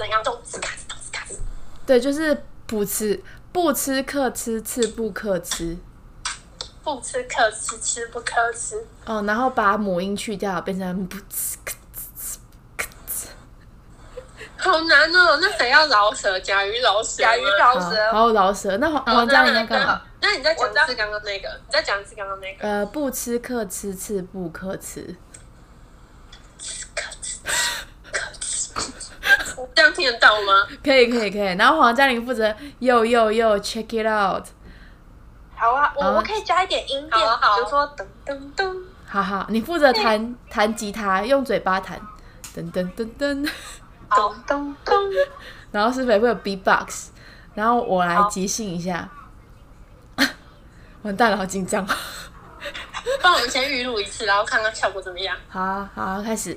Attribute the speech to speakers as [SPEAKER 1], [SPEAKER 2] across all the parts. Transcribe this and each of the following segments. [SPEAKER 1] 怎样就吱嘎吱咚吱嘎吱。
[SPEAKER 2] 对，就是不吃不吃克吃，吃不克吃。
[SPEAKER 1] 不吃可吃，吃不可吃。
[SPEAKER 2] 哦，然后把母音去掉，变成不吃克吃克吃。
[SPEAKER 3] 好难哦。那谁要饶舌？甲鱼饶舌吗？
[SPEAKER 1] 甲鱼饶
[SPEAKER 2] 好，
[SPEAKER 1] 舌，
[SPEAKER 2] 哦好老舌。那黄黄嘉玲在干嘛？
[SPEAKER 3] 那你再讲
[SPEAKER 1] 我知道
[SPEAKER 3] 一次刚刚那个，
[SPEAKER 1] 你再讲一次刚刚那个。
[SPEAKER 2] 呃，不吃克吃，吃不克吃。
[SPEAKER 1] 可吃可吃
[SPEAKER 3] 这样听得到吗？
[SPEAKER 2] 可以，可以，可以。然后黄嘉玲负责又又又 check it out，
[SPEAKER 1] 好啊，我
[SPEAKER 2] 好啊
[SPEAKER 1] 我可以加一点音
[SPEAKER 3] 好
[SPEAKER 1] 调，
[SPEAKER 3] 啊好啊
[SPEAKER 1] 比如说噔噔噔。
[SPEAKER 2] 哈哈，你负责弹弹吉他，用嘴巴弹，噔噔噔噔。
[SPEAKER 1] 咚咚咚，
[SPEAKER 2] 然后是北会有 beatbox，然后我来即兴一下。 完蛋了，好紧张。哦
[SPEAKER 3] 帮我们先预录一次，然后看看效果怎么样。
[SPEAKER 2] 好啊好啊，开始。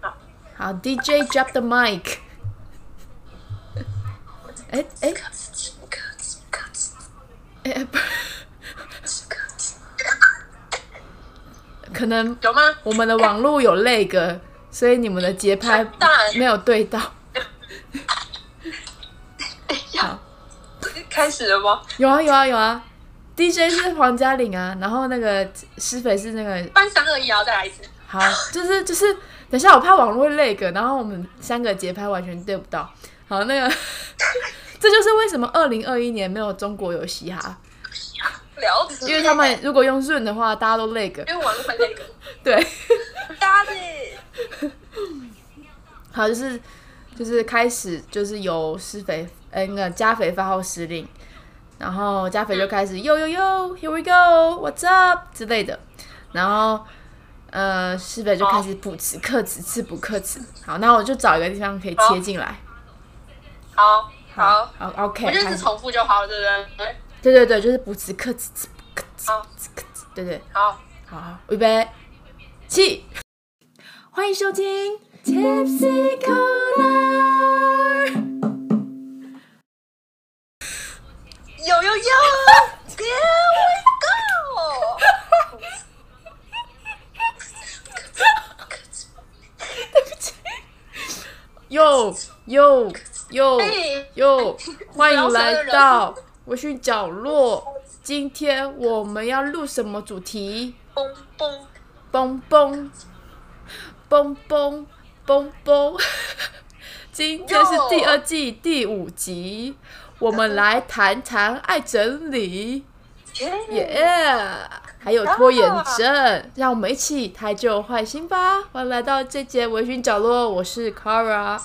[SPEAKER 3] 好
[SPEAKER 2] 好，DJ drop the mic。哎哎
[SPEAKER 1] 可吃吃可吃可吃
[SPEAKER 2] 哎，哎不
[SPEAKER 1] 吃可吃。
[SPEAKER 2] 可能
[SPEAKER 3] 有吗？
[SPEAKER 2] 我们的网络有 lag，所以你们的节拍
[SPEAKER 3] 完蛋
[SPEAKER 2] 没有对到。
[SPEAKER 3] 开始了吗？
[SPEAKER 2] 有啊有啊有啊，DJ 是黄嘉玲啊，然后那个施肥是那个
[SPEAKER 3] 翻三二一，然啊后再来一次。
[SPEAKER 2] 好，就是就是，等一下我怕网络会 lag，然后啊我们三个节拍完全对不到。好，那个， 这就是为什么二零二一年没有中国有嘻哈，
[SPEAKER 3] 了解，
[SPEAKER 2] 因为他们如果用润的话，大家都 lag。
[SPEAKER 3] 因为网络会那个。
[SPEAKER 2] 对，
[SPEAKER 1] Got it。
[SPEAKER 2] 好，就是就是开始就是由施肥，呃，那个加肥发号施令，然后加肥就开
[SPEAKER 3] 嗯
[SPEAKER 2] 始呦呦呦，Here we go，What's up 之类的，然后。呃，施肥就开始补词、克词、吃补克词。好，那我就找一个地方可以切进来。
[SPEAKER 3] 好好，
[SPEAKER 2] 好，OK，
[SPEAKER 3] 我就
[SPEAKER 2] 开
[SPEAKER 3] 是
[SPEAKER 2] 始
[SPEAKER 3] 重复就好，对不对？
[SPEAKER 2] 对对对，就是不吃克制，吃不克制，
[SPEAKER 3] 好
[SPEAKER 2] 吃克制，对对，
[SPEAKER 3] 好。
[SPEAKER 2] 好好，预备，起！欢迎收听 Tipsy Corner。
[SPEAKER 1] 有有有，Here we go。
[SPEAKER 2] 哟哟哟
[SPEAKER 3] 嘿
[SPEAKER 2] 哟！欢迎来到
[SPEAKER 3] 饶
[SPEAKER 2] 微醺角落。今天我们要录什么主题？
[SPEAKER 1] 嘣嘣，
[SPEAKER 2] 嘣嘣嘣嘣嘣嘣！ 今天是第二季第五集，我们来谈谈爱整理，耶、还有拖延症，让我们一起抬旧换新吧！欢迎来到这节微醺角落，我是 Kara。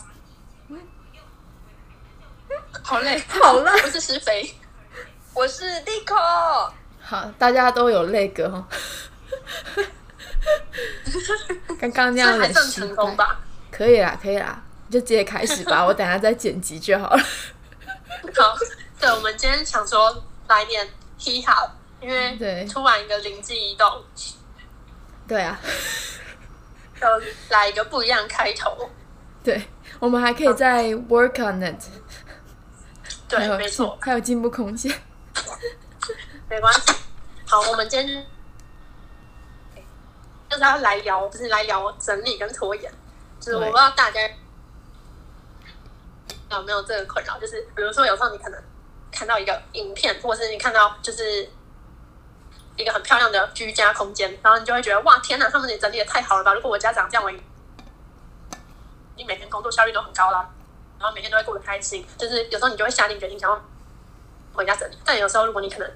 [SPEAKER 3] 好累，
[SPEAKER 2] 好累
[SPEAKER 3] 我是施肥，
[SPEAKER 1] 我是 Dico。
[SPEAKER 2] 好，大家都有那个哦。 刚刚那
[SPEAKER 3] 这
[SPEAKER 2] 样有
[SPEAKER 3] 还
[SPEAKER 2] 点
[SPEAKER 3] 算
[SPEAKER 2] 失
[SPEAKER 3] 成
[SPEAKER 2] 败
[SPEAKER 3] 功，吧？
[SPEAKER 2] 可以啦，可以啦，你就直接开始吧，我等下再剪辑 就好了。
[SPEAKER 3] 好，对，我们今天想说来点 hip hop，因
[SPEAKER 2] 对
[SPEAKER 3] 为突然一个灵机一动，
[SPEAKER 2] 对啊。
[SPEAKER 3] 就来一个不一样开头。
[SPEAKER 2] 对，我们还可以再 work on it，还
[SPEAKER 3] 对，
[SPEAKER 2] 有
[SPEAKER 3] 没
[SPEAKER 2] 进
[SPEAKER 3] 错，
[SPEAKER 2] 还有进步空间。
[SPEAKER 3] 没关系。好，我们今天就是要来聊，就是来聊整理跟拖延。就是我
[SPEAKER 2] 对
[SPEAKER 3] 不知道大家有没有这个困扰，就是比如说有时候你可能看到一个影片，或是你看到就是一个很漂亮的居家空间，然后你就会觉得哇，天哪，他们也整理的太好了吧！如果我家长这样，我你每天工作效率都很高啦，然后每天都会过得开心。就是有时候你就会下定决心想要回家整理，但有时候如果你可能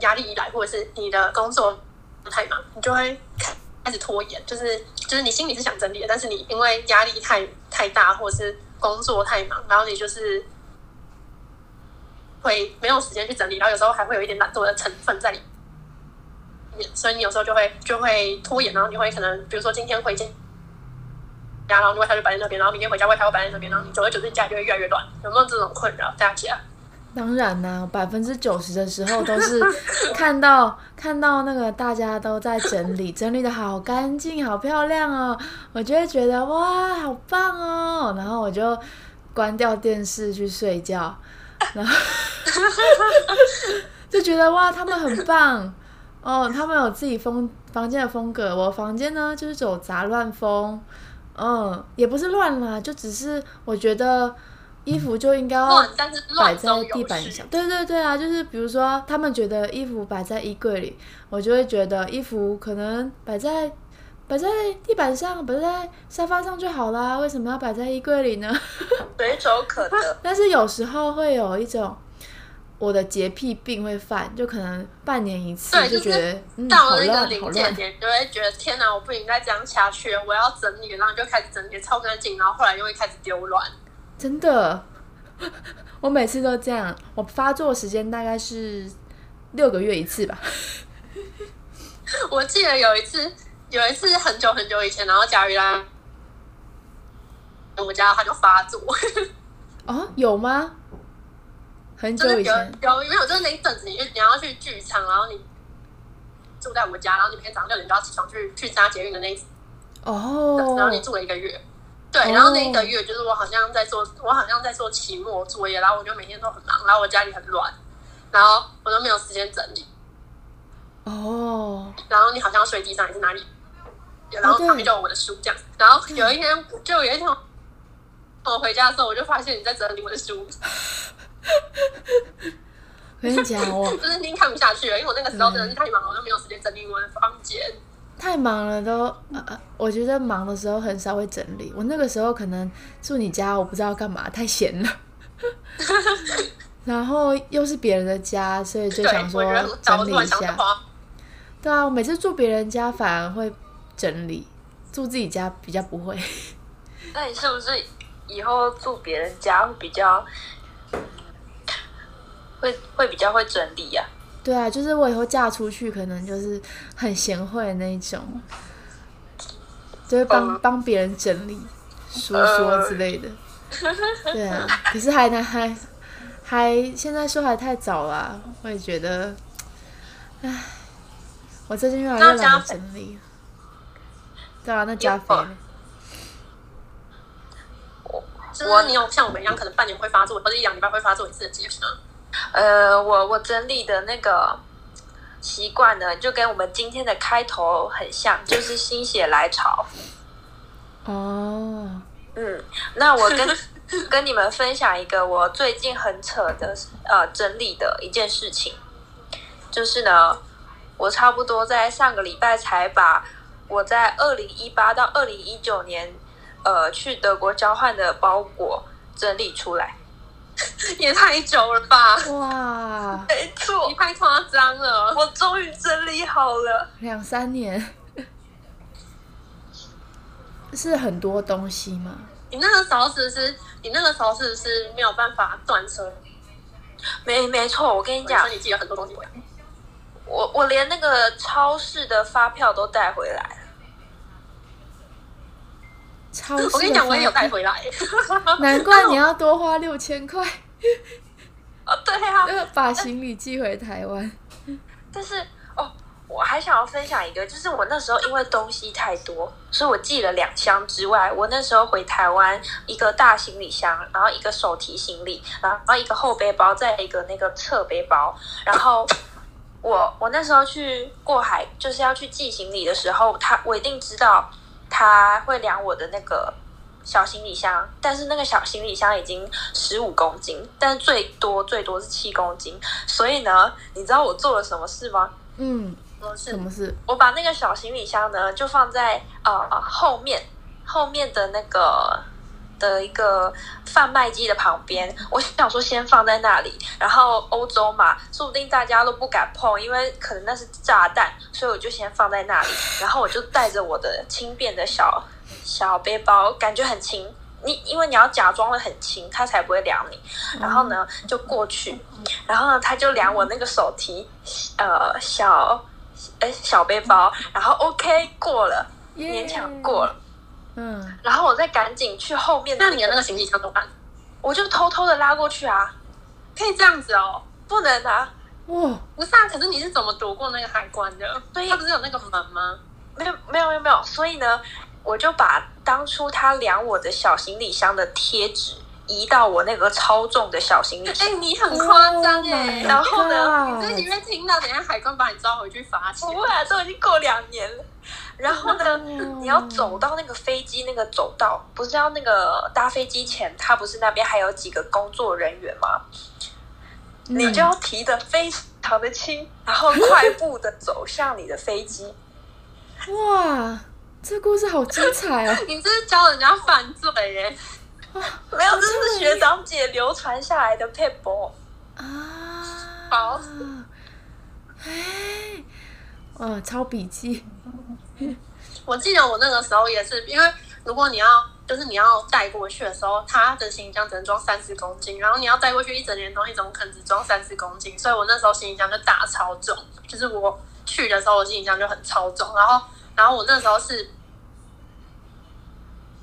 [SPEAKER 3] 压力一来，或者是你的工作太忙，你就会开始拖延，就是就是你心里是想整理的，但是你因为压力太太大，或者是工作太忙，然后你就是会没有时间去整理，然后有时候还会有一点懒惰的成分在里面，所以你有时候就会就会拖延，然后你会可能比如说今天回家，然后你外套就摆在那边，然后明天回家外套又摆在那边，然后你久而久之你家里就会越来越乱，有没有这种困扰？大家
[SPEAKER 2] 当然啦、百分之九十的时候都是看到看到那个大家都在整理，整理的好干净、好漂亮哦，我就会觉得哇，好棒哦，然后我就关掉电视去睡觉，然后就觉得哇，他们很棒哦，他们有自己风房间的风格，我房间呢就是走杂乱风，嗯，也不是乱啦，就只是我觉得衣服就应该要
[SPEAKER 3] 乱，但是
[SPEAKER 2] 摆
[SPEAKER 3] 乱
[SPEAKER 2] 在
[SPEAKER 3] 中
[SPEAKER 2] 地板
[SPEAKER 3] 有序
[SPEAKER 2] 上。。对对对啊，就是比如说他们觉得衣服摆在衣柜里，我就会觉得衣服可能摆在摆在地板上，摆在沙发上就好啦，为什么要摆在衣柜里呢？
[SPEAKER 1] 随手可得。
[SPEAKER 2] 但是有时候会有一种我的洁癖病会犯，就可能半年一次
[SPEAKER 3] 对
[SPEAKER 2] 就
[SPEAKER 3] 就
[SPEAKER 2] 觉
[SPEAKER 3] 是
[SPEAKER 2] 得、嗯
[SPEAKER 3] 到
[SPEAKER 2] 好
[SPEAKER 3] 了那个
[SPEAKER 2] 乱好
[SPEAKER 3] 临界
[SPEAKER 2] 乱，
[SPEAKER 3] 点，你就会觉得天哪，我不应该这样下去，我要整理，然后就开始整理，超干净，然后后来又会开始丢乱。
[SPEAKER 2] 真的，我每次都这样。我发作时间大概是六个月一次吧。
[SPEAKER 3] 我记得有一次，有一次很久很久以前，然后佳瑜来我家，他就发作，
[SPEAKER 2] 哦，有吗？很
[SPEAKER 3] 就
[SPEAKER 2] 久
[SPEAKER 3] 是
[SPEAKER 2] 以
[SPEAKER 3] 有
[SPEAKER 2] 前，
[SPEAKER 3] 有没有？就是那一阵子，你就你要去剧场，然后你住在我家，然后你每天早上六点就要起床去去搭捷运的那一次，然后你
[SPEAKER 2] 哦，
[SPEAKER 3] 住了一个月。对，然后那一个月就是我好像在做，我好像在做期末作业，然后我就每天都很忙，然后我家里很乱，然后我都没有时间整理，
[SPEAKER 2] 哦，
[SPEAKER 3] 然后你好像睡地上还是哪里，然后
[SPEAKER 2] 对
[SPEAKER 3] 旁边就有我的书这样。然后有一天，就有一天我回家的时候，我就发现你在整理我的书，
[SPEAKER 2] 我跟你讲，我
[SPEAKER 3] 就是已经看不下去了，因为我那个时候
[SPEAKER 2] 嗯
[SPEAKER 3] 真的是太忙了，我都没有时间整理我的房间。
[SPEAKER 2] 太忙了都，呃呃，我觉得忙的时候很少会整理。我那个时候可能住你家，我不知道干嘛，太 闲了。然后又是别人的家，所以就
[SPEAKER 3] 对，
[SPEAKER 2] 想
[SPEAKER 3] 我
[SPEAKER 2] 说
[SPEAKER 3] 觉得很早，我
[SPEAKER 2] 整
[SPEAKER 3] 突
[SPEAKER 2] 理
[SPEAKER 3] 然
[SPEAKER 2] 一
[SPEAKER 3] 想
[SPEAKER 2] 下。
[SPEAKER 3] 到，
[SPEAKER 2] 对啊，我每次住别人家反而会整理，住自己家比较不会。
[SPEAKER 1] 那你是不是以后住别人家会比较会会比较会整理呀、
[SPEAKER 2] 对啊，就是我以后嫁出去，可能就是很贤惠的那一种，就会帮、
[SPEAKER 1] 嗯
[SPEAKER 2] 帮别人整理、说说之类的。对啊，可是还难还还现在说还太早啦，我也觉得，唉，我最近越来越
[SPEAKER 3] 那加
[SPEAKER 2] 懒得
[SPEAKER 3] 肥
[SPEAKER 2] 整理了。对啊，那加肥
[SPEAKER 1] 有
[SPEAKER 2] 嘞
[SPEAKER 3] 就是你有像我们一样，可能半年会发作，或者一两礼拜会发作一次的洁癖吗？
[SPEAKER 1] 呃，我我整理的那个习惯呢，就跟我们今天的开头很像，就是心血来潮。
[SPEAKER 2] 哦，
[SPEAKER 1] 嗯，那我跟 跟你们分享一个我最近很扯的呃整理的一件事情，就是呢，我差不多在上个礼拜才把我在二零一八到二零一九年呃去德国交换的包裹整理出来。
[SPEAKER 3] 也太久了吧？
[SPEAKER 2] 哇，
[SPEAKER 1] 没错
[SPEAKER 3] 你，太夸张了。
[SPEAKER 1] 我终于整理好了。
[SPEAKER 2] 两三年 是很多东西吗？
[SPEAKER 3] 你那个时候是不是？你那个时候是不是没有办法断舍？
[SPEAKER 1] 没没错，我跟你
[SPEAKER 3] 你
[SPEAKER 1] 讲
[SPEAKER 3] 说，你寄了很多东西回来，
[SPEAKER 1] 我我连那个超市的发票都带回来了。
[SPEAKER 2] 超市的
[SPEAKER 3] 我跟你讲，我也有
[SPEAKER 2] 发
[SPEAKER 3] 带回来。
[SPEAKER 2] 难怪你要多花六千块，
[SPEAKER 1] 哦，对 啊，
[SPEAKER 2] 呃把行李寄回台湾。
[SPEAKER 1] 但是哦，我还想要分享一个，就是我那时候因为东西太多，所以我寄了两箱之外，我那时候回台湾一个大行李箱，然后一个手提行李，然后然后一个后背包，再一个那个侧背包，然后。我我那时候去过海，就是要去寄行李的时候，他我一定知道他会量我的那个小行李箱，但是那个小行李箱已经十五公斤，但是最多最多是七公斤，所以呢，你知道我做了什么事吗？
[SPEAKER 2] 嗯，
[SPEAKER 3] 我是
[SPEAKER 2] 什么事？
[SPEAKER 1] 我把那个小行李箱呢，就放在呃后面后面的那个的一个贩卖机的旁边。我想说先放在那里，然后欧洲嘛，说不定大家都不敢碰，因为可能那是炸弹，所以我就先放在那里。然后我就带着我的轻便的小小背包，感觉很轻。你因为你要假装的很轻，他才不会量你。然后呢，就过去，然后呢，他就量我那个手提呃小哎小背包，然后 OK 过了，
[SPEAKER 2] 耶
[SPEAKER 1] 勉强过了。。
[SPEAKER 2] 嗯，
[SPEAKER 1] 然后我再赶紧去后面的
[SPEAKER 3] 那
[SPEAKER 1] 那
[SPEAKER 3] 你
[SPEAKER 1] 个，
[SPEAKER 3] 的那个行李箱怎么办？
[SPEAKER 1] 我就偷偷的拉过去啊，
[SPEAKER 3] 可以这样子哦。
[SPEAKER 1] 不能啊，
[SPEAKER 2] 哇，
[SPEAKER 3] 不是啊，可是你是怎么躲过那个海关的？
[SPEAKER 1] 对
[SPEAKER 3] 它不是有那个门吗？
[SPEAKER 1] 没有没有没有没有，所以呢，我就把当初他量我的小行李箱的贴纸移到我那个超重的小行李箱
[SPEAKER 3] 哎、。你很夸张
[SPEAKER 2] Oh
[SPEAKER 3] 哎
[SPEAKER 2] my！
[SPEAKER 1] 然后呢
[SPEAKER 2] God
[SPEAKER 3] 所以你会听到，等一下海关把你抓回去罚钱
[SPEAKER 1] 不。会啊，都已经过两年了。然后呢，
[SPEAKER 3] 嗯
[SPEAKER 1] 你要走到那个飞机那个走道，不是要那个搭飞机前，他不是那边还有几个工作人员吗？
[SPEAKER 3] 嗯
[SPEAKER 2] 嗯
[SPEAKER 1] 你就要提的非常的轻，然后快步的走向你的飞机。
[SPEAKER 2] 哇，这故事好精彩 哦！
[SPEAKER 3] 你这是教人家犯罪欸耶！
[SPEAKER 1] 没有，这是学长姐流传下来的 p a p e
[SPEAKER 2] 啊，
[SPEAKER 3] 好，
[SPEAKER 2] 哎，呃，抄笔记，
[SPEAKER 3] 我记得我那个时候也是，因为如果你要就是你要带过去的时候，他的行李箱只能装三十公斤，然后你要带过去一整年的东西，怎么可能只装三十公斤？所以我那时候行李箱就大超重，就是我去的时候我行李箱就很超重，然后然后我那时候是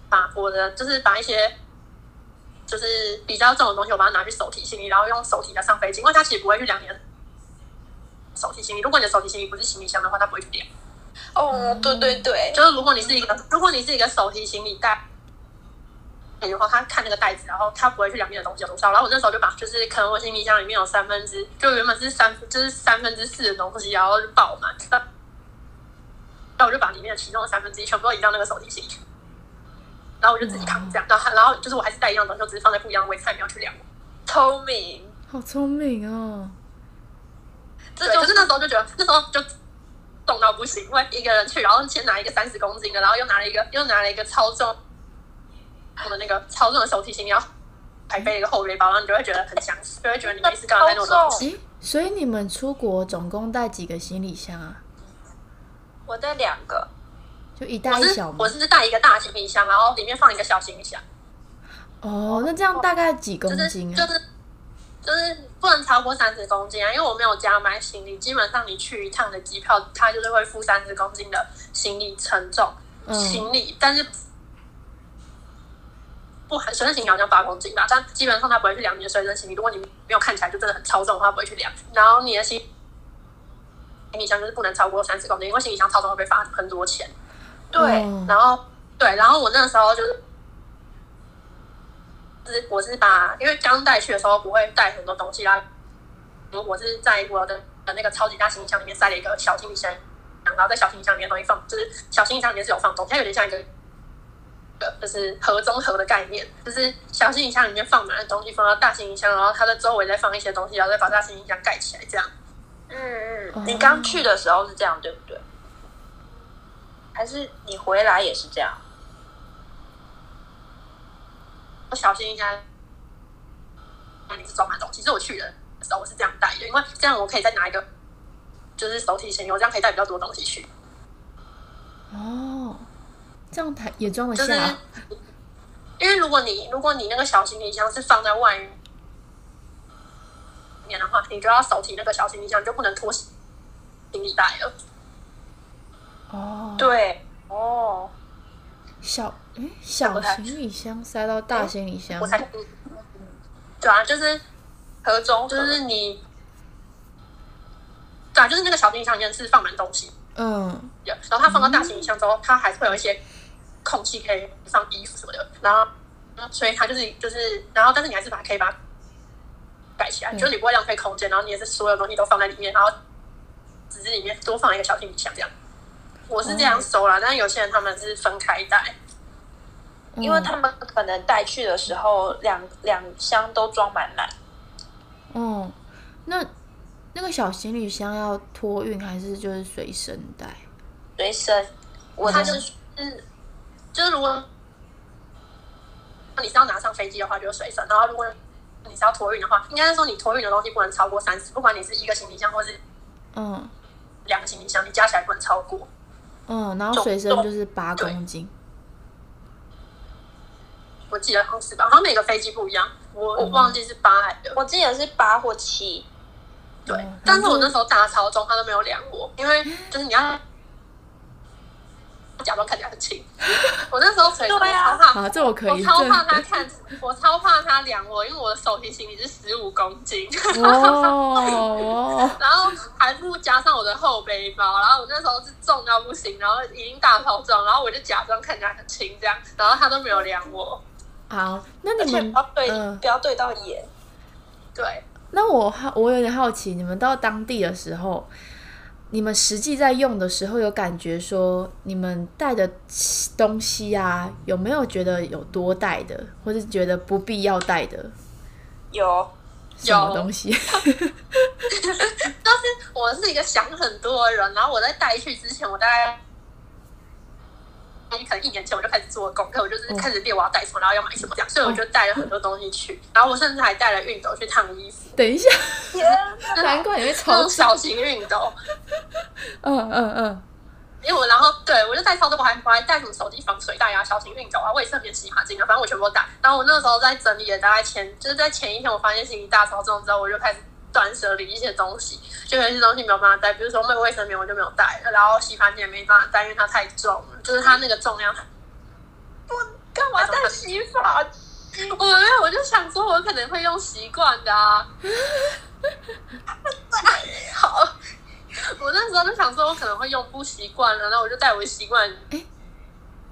[SPEAKER 3] 把我的就是把一些。就是比较重的东西，我把它拿去手提行李，然后用手提的上飞机，因为它其实不会去量你的手提行李。如果你的手提行李不是行李箱的话，它不会去量。
[SPEAKER 1] 哦，对对对，
[SPEAKER 3] 就是如果你是一个，如果你是一个手提行李袋，比如说他看那个袋子，然后他不会去量你的东西有多少。然后我那时候就把，就是可能我行李箱里面有三分之，就原本是三，就是三分之四的东西，然后就爆满。那我就把里面的其中的三分之一全部都移到那个手提行李，然后我就自己扛这样。然后然后就是我还是带一样东西，我只是放在不一样的位置，他也没有去量我。
[SPEAKER 1] 聪明，
[SPEAKER 2] 好聪明哦！
[SPEAKER 1] 这
[SPEAKER 3] 对，
[SPEAKER 1] 就
[SPEAKER 3] 可是
[SPEAKER 1] 是
[SPEAKER 3] 那时候就觉得，那时候就重到不行，因为一个人去，然后先拿一个三十公斤的，然后又拿了一个又拿了一个超重我的那个超重的手提行李，然后还背了一个后背包，然后你就会觉得很想死，就会觉得你每次干嘛带那么多东西？
[SPEAKER 2] 诶，所以你们出国总共带几个行李箱啊？
[SPEAKER 1] 我的两个，
[SPEAKER 2] 就一
[SPEAKER 3] 我
[SPEAKER 2] 大一
[SPEAKER 3] 是
[SPEAKER 2] 小吗
[SPEAKER 3] 我？是带一个大行李箱，然后里面放一个小行李箱，
[SPEAKER 2] 哦，那这样大概几公
[SPEAKER 3] 就是
[SPEAKER 2] 斤
[SPEAKER 3] 就
[SPEAKER 2] 啊？
[SPEAKER 3] 是就是不能超过三十公斤啊，因为我没有加买行李，基本上你去一趟的机票，它就是会付三十公斤的行李承重。
[SPEAKER 2] 嗯，
[SPEAKER 3] 行李，但是不含随身行李好像八公斤吧，但基本上他不会去量你的随身行李。如果你没有看起来就真的很超重的话，不会去量。然后你的行行李箱就是不能超过三十公斤，因为行李箱超重会被罚很多钱。
[SPEAKER 1] 对，
[SPEAKER 2] 哦
[SPEAKER 3] 然后对，然后我那时候就是。就是我是把，因为刚带去的时候不会带很多东西啦，我我是在我的的那个超级大行李箱里面塞了一个小行李箱，然后在小行李箱里面东西放，就是小行李箱里面是有放东西，它有点像一个，呃就是盒中盒的概念，就是小行李箱里面放满了东西，放到大行李箱，然后它的周围再放一些东西，然后再把大行李箱盖起来，这样。
[SPEAKER 1] 嗯
[SPEAKER 2] 哦
[SPEAKER 1] 嗯，你刚去的时候是这样，对不对？还是你回来也是这样？
[SPEAKER 3] 我小行李箱那里是装满东西，所以我去的时候我是这样带的，因为这样我可以再拿一个就是手提行李，我这样可以带比较多东西去。
[SPEAKER 2] 哦，这样台也装得
[SPEAKER 3] 就是
[SPEAKER 2] 下？啊
[SPEAKER 3] 因为如果你如果你那个小行李箱是放在外面的话，你就要手提那个小行李箱，你就不能拖行李带了。
[SPEAKER 2] 哦，
[SPEAKER 1] 对，哦，
[SPEAKER 2] 小诶，小
[SPEAKER 3] 不太
[SPEAKER 2] 行李箱塞到大行李箱
[SPEAKER 3] 我，才对啊，就是
[SPEAKER 1] 河中
[SPEAKER 3] 就
[SPEAKER 1] 河
[SPEAKER 3] 是你对啊，就是那个小行李箱里面是放满东西，
[SPEAKER 2] 嗯，
[SPEAKER 3] 然后它放到大行李箱之后，它还是会有一些空隙可以放衣服什么的，然后嗯所以它就是就是，然后但是你还是把可以把它摆起来，
[SPEAKER 2] 嗯
[SPEAKER 3] 就是你不会浪费空间，然后你也是所有东西都放在里面，然后只是里面多放一个小行李箱这样。我是这样收啦，但是有些人他们是分开带，
[SPEAKER 2] 嗯
[SPEAKER 1] 因为他们可能带去的时候两两箱都装满满，
[SPEAKER 2] 嗯，那那个小行李箱要托运还是就是随身带？
[SPEAKER 1] 随身。我
[SPEAKER 3] 他
[SPEAKER 1] 的
[SPEAKER 3] 就是嗯
[SPEAKER 1] 是
[SPEAKER 3] 就是如果你是要拿上飞机的话，就是随身；然后如果你是要托运的话，应该是说你托运的东西不能超过三十，不管你是一个行李箱或是
[SPEAKER 2] 嗯
[SPEAKER 3] 两个行李箱，你加起来不能超过。
[SPEAKER 2] 嗯，然后
[SPEAKER 1] 重
[SPEAKER 2] 随身就是八
[SPEAKER 3] 对
[SPEAKER 2] 公斤。
[SPEAKER 3] 我记得好像是吧，好像每个飞机不一样，我
[SPEAKER 1] 哦
[SPEAKER 3] 我忘记是八还是
[SPEAKER 1] 我记得是八或七，
[SPEAKER 3] 对
[SPEAKER 2] 嗯。
[SPEAKER 3] 但是我那时候大超重，他都没有量我，因为
[SPEAKER 1] 嗯
[SPEAKER 3] 就是你要假装看起来很 轻。我那时候腿超
[SPEAKER 1] 对啊
[SPEAKER 3] 怕，
[SPEAKER 2] 好，这我可
[SPEAKER 3] 我
[SPEAKER 2] 以。
[SPEAKER 3] 超怕
[SPEAKER 2] 这
[SPEAKER 3] 他看， 我超怕他量我，因为我的手提行李是十五公斤，
[SPEAKER 2] 哦哦，
[SPEAKER 3] 然后还不加上我的后背包，然后我那时候是重到不行，然后已经大超重，然后我就假装看起来很轻这样，然后他都没有量我，
[SPEAKER 2] 好， 那
[SPEAKER 1] 而
[SPEAKER 2] 你
[SPEAKER 1] 且
[SPEAKER 2] 们
[SPEAKER 1] 不要对、
[SPEAKER 2] 嗯
[SPEAKER 1] 不要对到眼。
[SPEAKER 3] 对。
[SPEAKER 2] 那我好，我有点好奇，你们到当地的时候，你们实际在用的时候有感觉说你们带的东西啊，有没有觉得有多带的，或是觉得不必要带的
[SPEAKER 1] 有，
[SPEAKER 2] 什么东西？
[SPEAKER 3] 但是我是一个想很多的人，然后我在带去之前，我大概可能一年前我就开始做功课，我就是开始列我要带什么，然后要买什么这样，所以我就带了很多东西去，然后我甚至还带了熨斗去烫衣服，
[SPEAKER 2] 等一下，
[SPEAKER 1] 天哪
[SPEAKER 2] 难怪你会
[SPEAKER 3] 那
[SPEAKER 2] 超
[SPEAKER 3] 种小型熨斗，
[SPEAKER 2] 嗯嗯嗯，
[SPEAKER 3] 因为我然后对我就带超多，我还我还带什么手机防水袋啊、小型熨斗啊、卫生棉、洗发精啊，反正我全部都带。然后我那时候在整理了大概前，就是在前一天我发现行李大超重之后，我就开始断舍离一些东西，就有一些东西没有办法带，比如说那个卫生棉我就没有带了，然后洗发精也没办法带，因为它太重了，就是它那个重量。
[SPEAKER 1] 干嘛带洗发精？
[SPEAKER 3] 我没有，我就想说我可能会用习惯的啊。好，我那时候就想说我可能会用不习惯了，然后我就带我习惯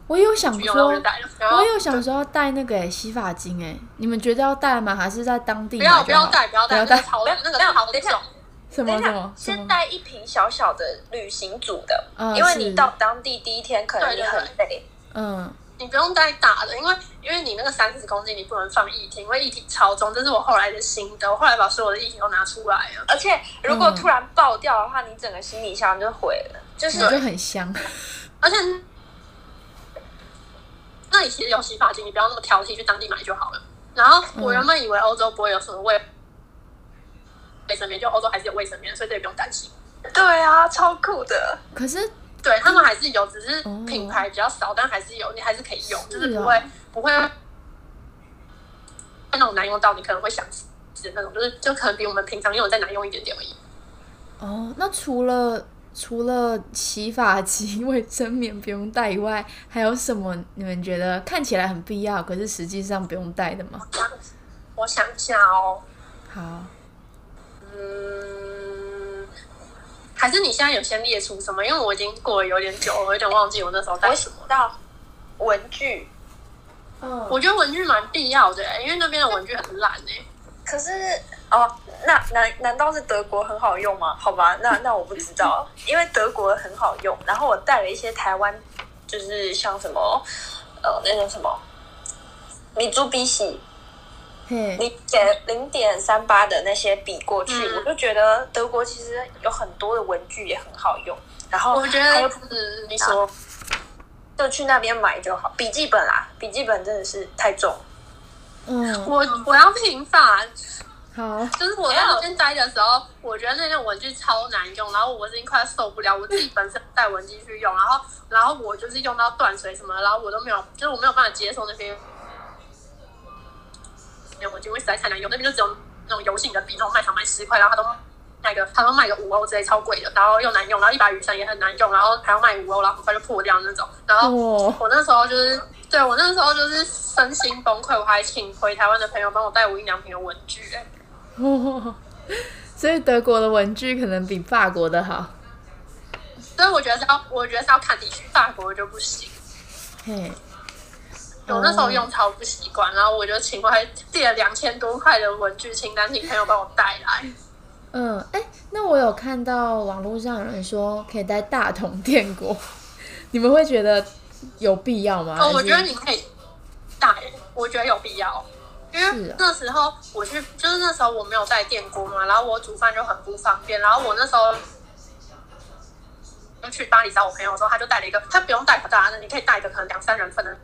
[SPEAKER 2] 我有想
[SPEAKER 3] 去用，然后我
[SPEAKER 2] 哎说
[SPEAKER 3] 就，带了。然后
[SPEAKER 2] 我有想说要带那个诶洗发精诶，你们觉得要带吗？还是在当地
[SPEAKER 3] 不
[SPEAKER 2] 买就好
[SPEAKER 3] 要不要带，不要带，那
[SPEAKER 2] 不要
[SPEAKER 3] 个
[SPEAKER 2] 带
[SPEAKER 3] 超那个
[SPEAKER 1] 没有
[SPEAKER 3] 超
[SPEAKER 1] 等一下
[SPEAKER 3] 重。
[SPEAKER 2] 什
[SPEAKER 1] 等
[SPEAKER 2] 么
[SPEAKER 1] 一
[SPEAKER 2] 什
[SPEAKER 1] 下
[SPEAKER 2] 么，什
[SPEAKER 1] 先
[SPEAKER 2] 么？
[SPEAKER 1] 带一瓶小小的旅行组的，
[SPEAKER 2] 嗯
[SPEAKER 1] 因为
[SPEAKER 2] 是
[SPEAKER 1] 你到当地第一天可能
[SPEAKER 3] 对
[SPEAKER 1] 你
[SPEAKER 3] 对
[SPEAKER 1] 很累，
[SPEAKER 2] 嗯，
[SPEAKER 3] 你不用带大的，因为因为你那个三十公斤你不能放液体，因为液体超重，这是我后来的心得。我后来把所有的液体都拿出来了，
[SPEAKER 1] 而且如果
[SPEAKER 2] 嗯
[SPEAKER 1] 突然爆掉的话，你整个行李箱就毁了。就是
[SPEAKER 2] 那就很香。
[SPEAKER 3] 而且那里其实有洗发精，你不要那么挑剔，去当地买就好了。然后我原本以为欧洲不会有什么卫卫生棉，就欧洲还是有卫生棉，所以这也不用担心。
[SPEAKER 1] 对啊，超酷的。
[SPEAKER 2] 可是
[SPEAKER 3] 对他们还是有，只是
[SPEAKER 2] 哦
[SPEAKER 3] 品牌比较少，但还是有，你还是可以用，
[SPEAKER 2] 是
[SPEAKER 3] 就是不
[SPEAKER 2] 哦
[SPEAKER 3] 会不会那种难用到你可能会想死的那种，就是就可能比我们平常用的再难用一点点而已。
[SPEAKER 2] 哦，那除了除了洗发精、 卫生棉不用带以外，还有什么你们觉得看起来很必要，可是实际上不用带的吗？
[SPEAKER 3] 我想一下哦，
[SPEAKER 2] 好，
[SPEAKER 3] 嗯，还是你现在有先列出什么？因为我已经过了有点久，我有点忘记我那时候带
[SPEAKER 1] 我
[SPEAKER 3] 什
[SPEAKER 1] 想
[SPEAKER 3] 么。
[SPEAKER 1] 到文具，
[SPEAKER 2] 嗯，
[SPEAKER 3] 我觉得文具蛮必要的、欸因为那边的文具很烂哎、
[SPEAKER 1] 可是哦，那难难道是德国很好用吗？好吧， 那那我不知道，因为德国很好用。然后我带了一些台湾，就是像什么呃那种什么米珠笔洗
[SPEAKER 2] 嘿，
[SPEAKER 1] 零点零点三八的那些笔过去，
[SPEAKER 3] 嗯
[SPEAKER 1] 我就觉得德国其实有很多的文具也很好用。然后
[SPEAKER 3] 我觉
[SPEAKER 1] 还有
[SPEAKER 3] 得嗯，你说
[SPEAKER 1] 就去那边买就好。笔记本啊，笔记本真的是太重。
[SPEAKER 2] 嗯，
[SPEAKER 3] 我我要平反，
[SPEAKER 2] 好，
[SPEAKER 3] 就是我在那边待的时候，我觉得那件文具超难用，然后我已经快受不了。我自己本身带文具去用，然后然后我就是用到断水什么的，然后我都没有，就是我没有办法接受那边那文具，因为实在太难用。那边就只有那种油性的笔，那种卖场买十块，然后他都卖个他都卖个五欧之类，超贵的，然后又难用，然后一把雨伞也很难用，然后还要卖五欧，然后很快就破掉那种，然后。
[SPEAKER 2] 哦，
[SPEAKER 3] 我那时候就是，对我那时候就是身心崩溃，我还请回台湾的朋友帮我带无印良品的文具、哎，
[SPEAKER 2] 哦，所以德国的文具可能比法国的好。
[SPEAKER 3] 所以我觉得是要，我觉得是要看地区，法国就不行。
[SPEAKER 2] 嘿，
[SPEAKER 3] 我那时候用超不习惯，然后我就请我还借了两千多块的文具清单，请朋友帮我带来。
[SPEAKER 2] 嗯，哎、那我有看到网络上有人说可以带大桶 电锅，你们会觉得有必要吗？
[SPEAKER 3] 哦，我觉得
[SPEAKER 2] 还是
[SPEAKER 3] 你可以带，我觉得有必要，因
[SPEAKER 2] 是
[SPEAKER 3] 为
[SPEAKER 2] 啊
[SPEAKER 3] 那时候我去，就是那时候我没有带电锅嘛，然后我煮饭就很不方便，然后我那时候。就去巴黎找我朋友的时候，他就带了一个，他不用带很大的，你可以带一个可能两三人份的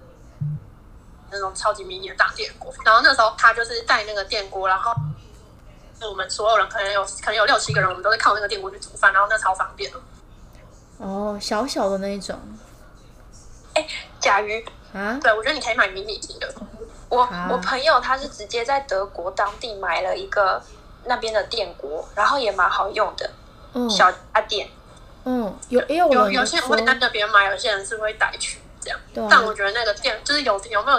[SPEAKER 3] 那种超级迷你的大电锅。然后那时候他就是带那个电锅，然后我们所有人可能有可能有六七个人，我们都是靠那个电锅去煮饭，然后那超方便的。
[SPEAKER 2] 哦，小小的那一种
[SPEAKER 1] 甲鱼，
[SPEAKER 2] 啊，
[SPEAKER 3] 对，我觉得你可以买迷你型的，
[SPEAKER 1] 我
[SPEAKER 2] 啊
[SPEAKER 1] 我朋友他是直接在德国当地买了一个那边的电锅，然后也蛮好用的
[SPEAKER 2] 嗯
[SPEAKER 1] 小家电。
[SPEAKER 2] 嗯，有也有
[SPEAKER 3] 有
[SPEAKER 2] 人
[SPEAKER 3] 有些人会
[SPEAKER 2] 说
[SPEAKER 3] 在那边买，有些人是会带去这样。
[SPEAKER 2] 对啊
[SPEAKER 3] 但我觉得那个店就是有有没有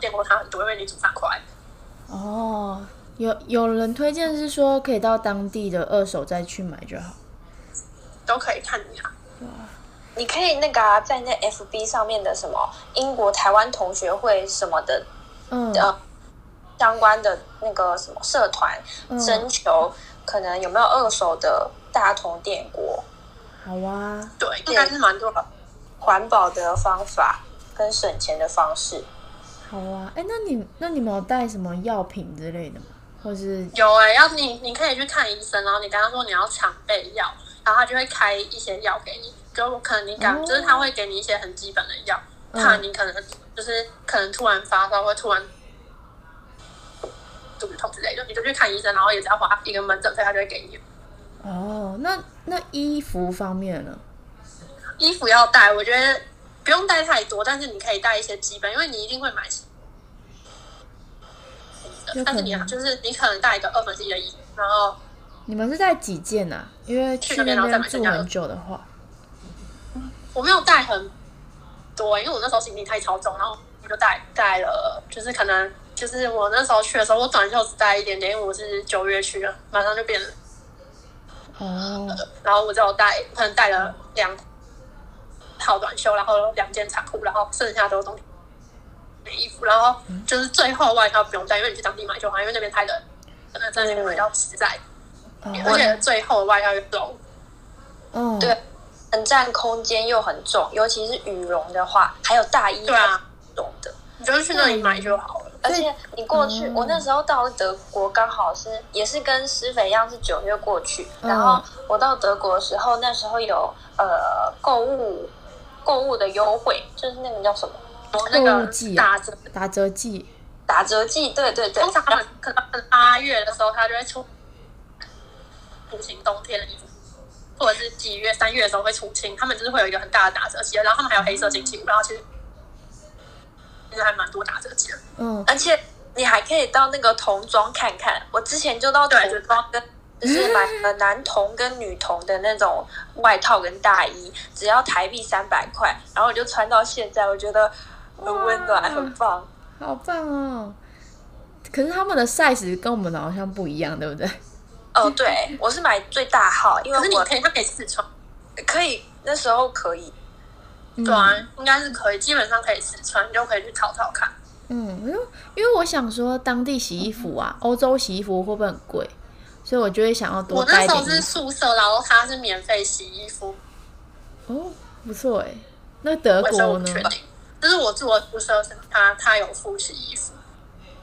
[SPEAKER 3] 见过它很多，因为你煮饭快。
[SPEAKER 2] 哦，有有人推荐是说可以到当地的二手再去买就好。
[SPEAKER 3] 都可以看你啊，
[SPEAKER 1] 你可以那个、啊、在那 FB 上面的什么英国台湾同学会什么的
[SPEAKER 2] 嗯
[SPEAKER 3] 啊
[SPEAKER 1] 呃相关的那个什么社团
[SPEAKER 2] 嗯
[SPEAKER 1] 征求可能有没有二手的大同电锅，
[SPEAKER 2] 好啊，
[SPEAKER 3] 对，应该是蛮多的。
[SPEAKER 1] 环保的方法跟省钱的方式。
[SPEAKER 2] 好啊。哎，那你那你们有带什么药品之类的吗？或是
[SPEAKER 3] 有哎、要是你你可以去看医生，然后你跟他说你要常备药，然后他就会开一些药给你，就可能你感、
[SPEAKER 2] 哦
[SPEAKER 3] 就是他会给你一些很基本的药，
[SPEAKER 2] 嗯
[SPEAKER 3] 怕你可能就是可能突然发烧或突然肚子痛之类的，你就去看医生，然后也只要花一个门诊费，他就会给你。
[SPEAKER 2] 哦，那那衣服方面呢？
[SPEAKER 3] 衣服要带，我觉得不用带太多，但是你可以带一些基本，因为你一定会买新的。
[SPEAKER 2] 有可能
[SPEAKER 3] 但是你就是你可能带一个二分之一的衣服，然后
[SPEAKER 2] 你们是带几件啊？因为去
[SPEAKER 3] 去
[SPEAKER 2] 那
[SPEAKER 3] 那边然后再
[SPEAKER 2] 边
[SPEAKER 3] 买
[SPEAKER 2] 住
[SPEAKER 3] 剩下的
[SPEAKER 2] 很久的话，
[SPEAKER 3] 我没有带很多，因为我那时候行李太超重，然后我就带带了，就是可能就是我那时候去的时候，我短袖只带一点点，因为我是九月去的，马上就变冷，
[SPEAKER 2] 哦，
[SPEAKER 3] 然后我只有带可能带了两套短袖，然后两件长裤，然后剩下都是冬天的衣服，然后就是最后外套不用带，因为你去当地买就好，因为那边太冷，真的在那边比较实在，
[SPEAKER 2] 哦
[SPEAKER 3] 呃而且最后外套又重。
[SPEAKER 2] 嗯，
[SPEAKER 1] 对很占空间又很重，尤其是羽绒的话，还有大衣
[SPEAKER 3] 对啊，
[SPEAKER 1] 绒的。
[SPEAKER 3] 你就去那里买就好了。
[SPEAKER 1] 而且你过去，
[SPEAKER 2] 嗯
[SPEAKER 1] 我那时候到德国刚好是也是跟施肥一样是九月过去，
[SPEAKER 2] 嗯
[SPEAKER 1] 然后我到德国的时候，那时候有呃购物购物的优惠，就是那个叫什么
[SPEAKER 3] 然后那个
[SPEAKER 2] 购物季啊
[SPEAKER 3] 打折
[SPEAKER 2] 打折季，
[SPEAKER 1] 打折季，对对对
[SPEAKER 3] 通，常他们可能八月的时候，他就会出出清冬天的衣服，或者是几月三月的时候会出清，他们就是会有一个很大的打折期，然后他们还有黑色星期五，然后其实其实还蛮多打折期的。
[SPEAKER 2] 嗯，
[SPEAKER 1] 而且你还可以到那个童装看看，我之前就到童
[SPEAKER 3] 对对
[SPEAKER 1] 装跟。就是买了男童跟女童的那种外套跟大衣，只要台币三百块，然后我就穿到现在，我觉得很温
[SPEAKER 3] 嗯
[SPEAKER 2] 哇
[SPEAKER 1] 暖，很棒。
[SPEAKER 2] 好棒哦。可是他们的 size 跟我们的好像不一样，对不对？
[SPEAKER 1] 哦，对，我是买最大号，因
[SPEAKER 3] 可是
[SPEAKER 1] 为
[SPEAKER 3] 你
[SPEAKER 1] 我
[SPEAKER 3] 可以，他可以试穿，
[SPEAKER 1] 可以那时候可以，
[SPEAKER 2] 嗯
[SPEAKER 3] 对啊，应该是可以，基本上可以试穿，你就可以去淘淘看。
[SPEAKER 2] 嗯，因为因为我想说当地洗衣服啊，欧洲洗衣服会不会很贵？所以我就会想要
[SPEAKER 3] 嗯
[SPEAKER 2] 多
[SPEAKER 3] 我那
[SPEAKER 2] 带一
[SPEAKER 3] 时候
[SPEAKER 2] 点衣
[SPEAKER 3] 是
[SPEAKER 2] 服。
[SPEAKER 3] 宿舍，然后它是免费洗衣服，
[SPEAKER 2] 哦，不错哎。那德
[SPEAKER 3] 我所以我
[SPEAKER 2] 国
[SPEAKER 3] 不
[SPEAKER 2] 呢
[SPEAKER 3] 确？定。就是我住的宿舍是它它有附洗衣服，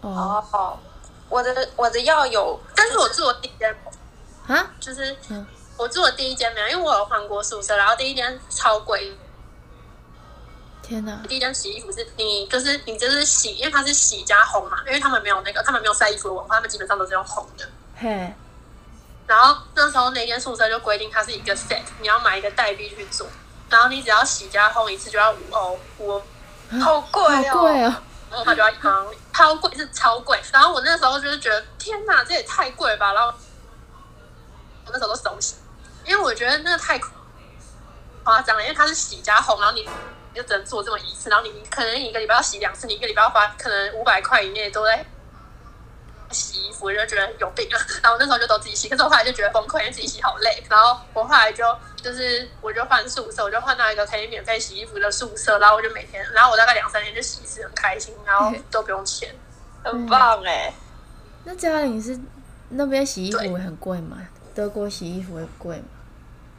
[SPEAKER 2] 哦
[SPEAKER 1] 哦，我的我的要有，
[SPEAKER 3] 但是我住的地间
[SPEAKER 2] 啊，
[SPEAKER 3] 就是
[SPEAKER 2] 嗯
[SPEAKER 3] 我住的第一间没有，因为我有换过宿舍，然后第一间超贵，
[SPEAKER 2] 天哪！
[SPEAKER 3] 第一间洗衣服是你就是你就是洗，因为它是洗加烘嘛，因为他们没有那个他们没有晒衣服的文化，他们基本上都是用烘的。
[SPEAKER 2] 嘿，
[SPEAKER 3] 然后那时候那间宿舍就规定它是一个 set，你要买一个代币去做，然后你只要洗加烘一次就要五欧，五欧
[SPEAKER 1] 好贵
[SPEAKER 2] 好
[SPEAKER 1] 哦，
[SPEAKER 2] 贵哦。
[SPEAKER 3] 然后他就要好像超贵是超贵，然后我那时候就是觉得天哪，这也太贵吧，然后我那时候都手洗，因为我觉得那个太夸张了，因为它是洗加烘，然后你你就只能做这么一次，然后你可能一个礼拜要洗两次，你一个礼拜要花可能五百块以内都在。洗衣服我就觉得有病了， 然后我那时候就都自己洗，可是我后来就觉得崩溃，因为自己洗好累。然后我后来就就是我就换宿舍，我就换到一个可以免费洗衣服的宿舍，然后我就每天，然后我大概两三天就洗一次，很开心，然后都不用钱。
[SPEAKER 1] 很棒哎，
[SPEAKER 2] 那嘉玲是那边洗衣服
[SPEAKER 3] 对
[SPEAKER 2] 也很贵吗？德国洗衣服会贵吗？